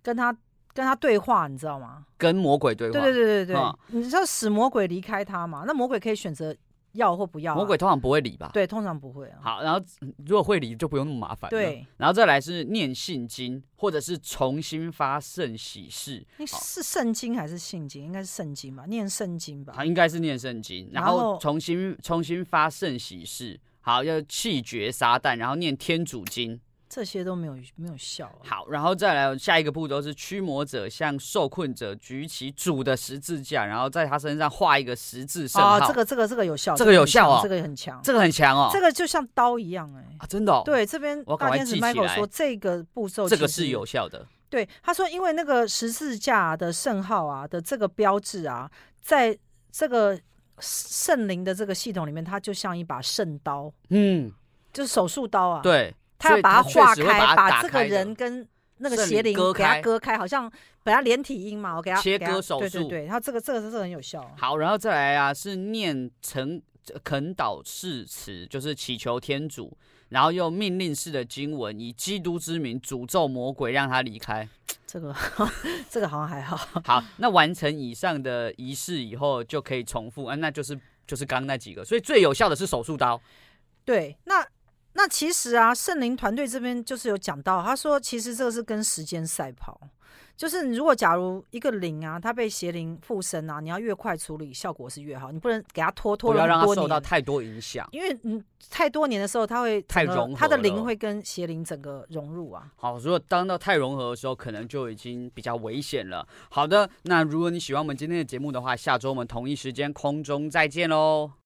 S1: 跟他、跟他对话，你知道吗？
S2: 跟魔鬼对话，
S1: 对对对对对，
S2: 嗯
S1: 你知道使魔鬼离开他嘛？那魔鬼可以选择要或不要啊、
S2: 魔鬼通常不会理吧？
S1: 对，通常不会啊。
S2: 好，嗯然后嗯如果会理就不用那么麻烦。，
S1: 对，
S2: 然后再来是念信经，或者是重新发圣喜事，
S1: 那
S2: 好
S1: 是圣经还是信经？应该是圣经吧，念圣经吧
S2: 好，。应该是念圣经，然
S1: 然
S2: 后
S1: 后
S2: 重新重新发圣喜事，好，要气绝撒旦，然后念天主经，
S1: 这些都没有没有效、啊。
S2: 好，然后再来下一个步骤是驱魔者向受困者举起主的十字架，然后在他身上画一个十字圣号。
S1: 啊，这个这个这个有效，
S2: 这个有效哦
S1: 这个很强，这
S2: 这个很强
S1: 个
S2: 哦，
S1: 很强这个就像刀一样哎、
S2: 啊真的、哦，，
S1: 对，这边
S2: 我要赶
S1: 大
S2: 快
S1: 天使
S2: 记起
S1: Michael
S2: 来
S1: 说，这个步骤
S2: 这个
S1: 其实
S2: 是有效的。
S1: 对他说，因为那个十字架的圣号啊的这个标志啊，在这个圣灵的这个系统里面，它就像一把圣刀，
S2: 嗯，
S1: 就是手术刀啊。，
S2: 对，
S1: 他
S2: 所
S1: 要
S2: 以
S1: 把
S2: 它
S1: 它
S2: 确
S1: 划
S2: 实
S1: 开，
S2: 会把它打
S1: 这个
S2: 开的
S1: 人跟那个
S2: 圣
S1: 邪灵
S2: 灵割
S1: 给它
S2: 开
S1: 割开，好像本来连体婴嘛，我给它
S2: 切
S1: 给它
S2: 割手
S1: 对对
S2: 术
S1: 对，他这个这个这个很有效啊。
S2: 好，然后再来啊是念成恳祷誓词，就是祈求天主，然后用命令式的经文，以基督之名诅咒魔鬼，让他离开。
S1: 这个 这个好像还好，
S2: 好，那完成以上的仪式以后，就可以重复，啊，那就是就是刚那几个，所以最有效的是手术刀。
S1: 对，那那其实啊，圣灵团队这边就是有讲到，他说其实这个是跟时间赛跑，就是你如果假如一个灵啊，它被邪灵附身啊，你要越快处理，效果是越好，你不能给它拖拖
S2: 不
S1: 了
S2: 要
S1: 很
S2: 让他
S1: 多
S2: 受到
S1: 年。
S2: 太多影响。
S1: 因为嗯，太多年的时候，它会
S2: 太
S1: 整个
S2: 融合
S1: 它的
S2: 了
S1: 灵会跟邪灵整个融入啊。
S2: 好，如果当到太融合的时候，可能就已经比较危险了。好的，那如果你喜欢我们今天的节目的话，下周我们同一时间空中再见喽。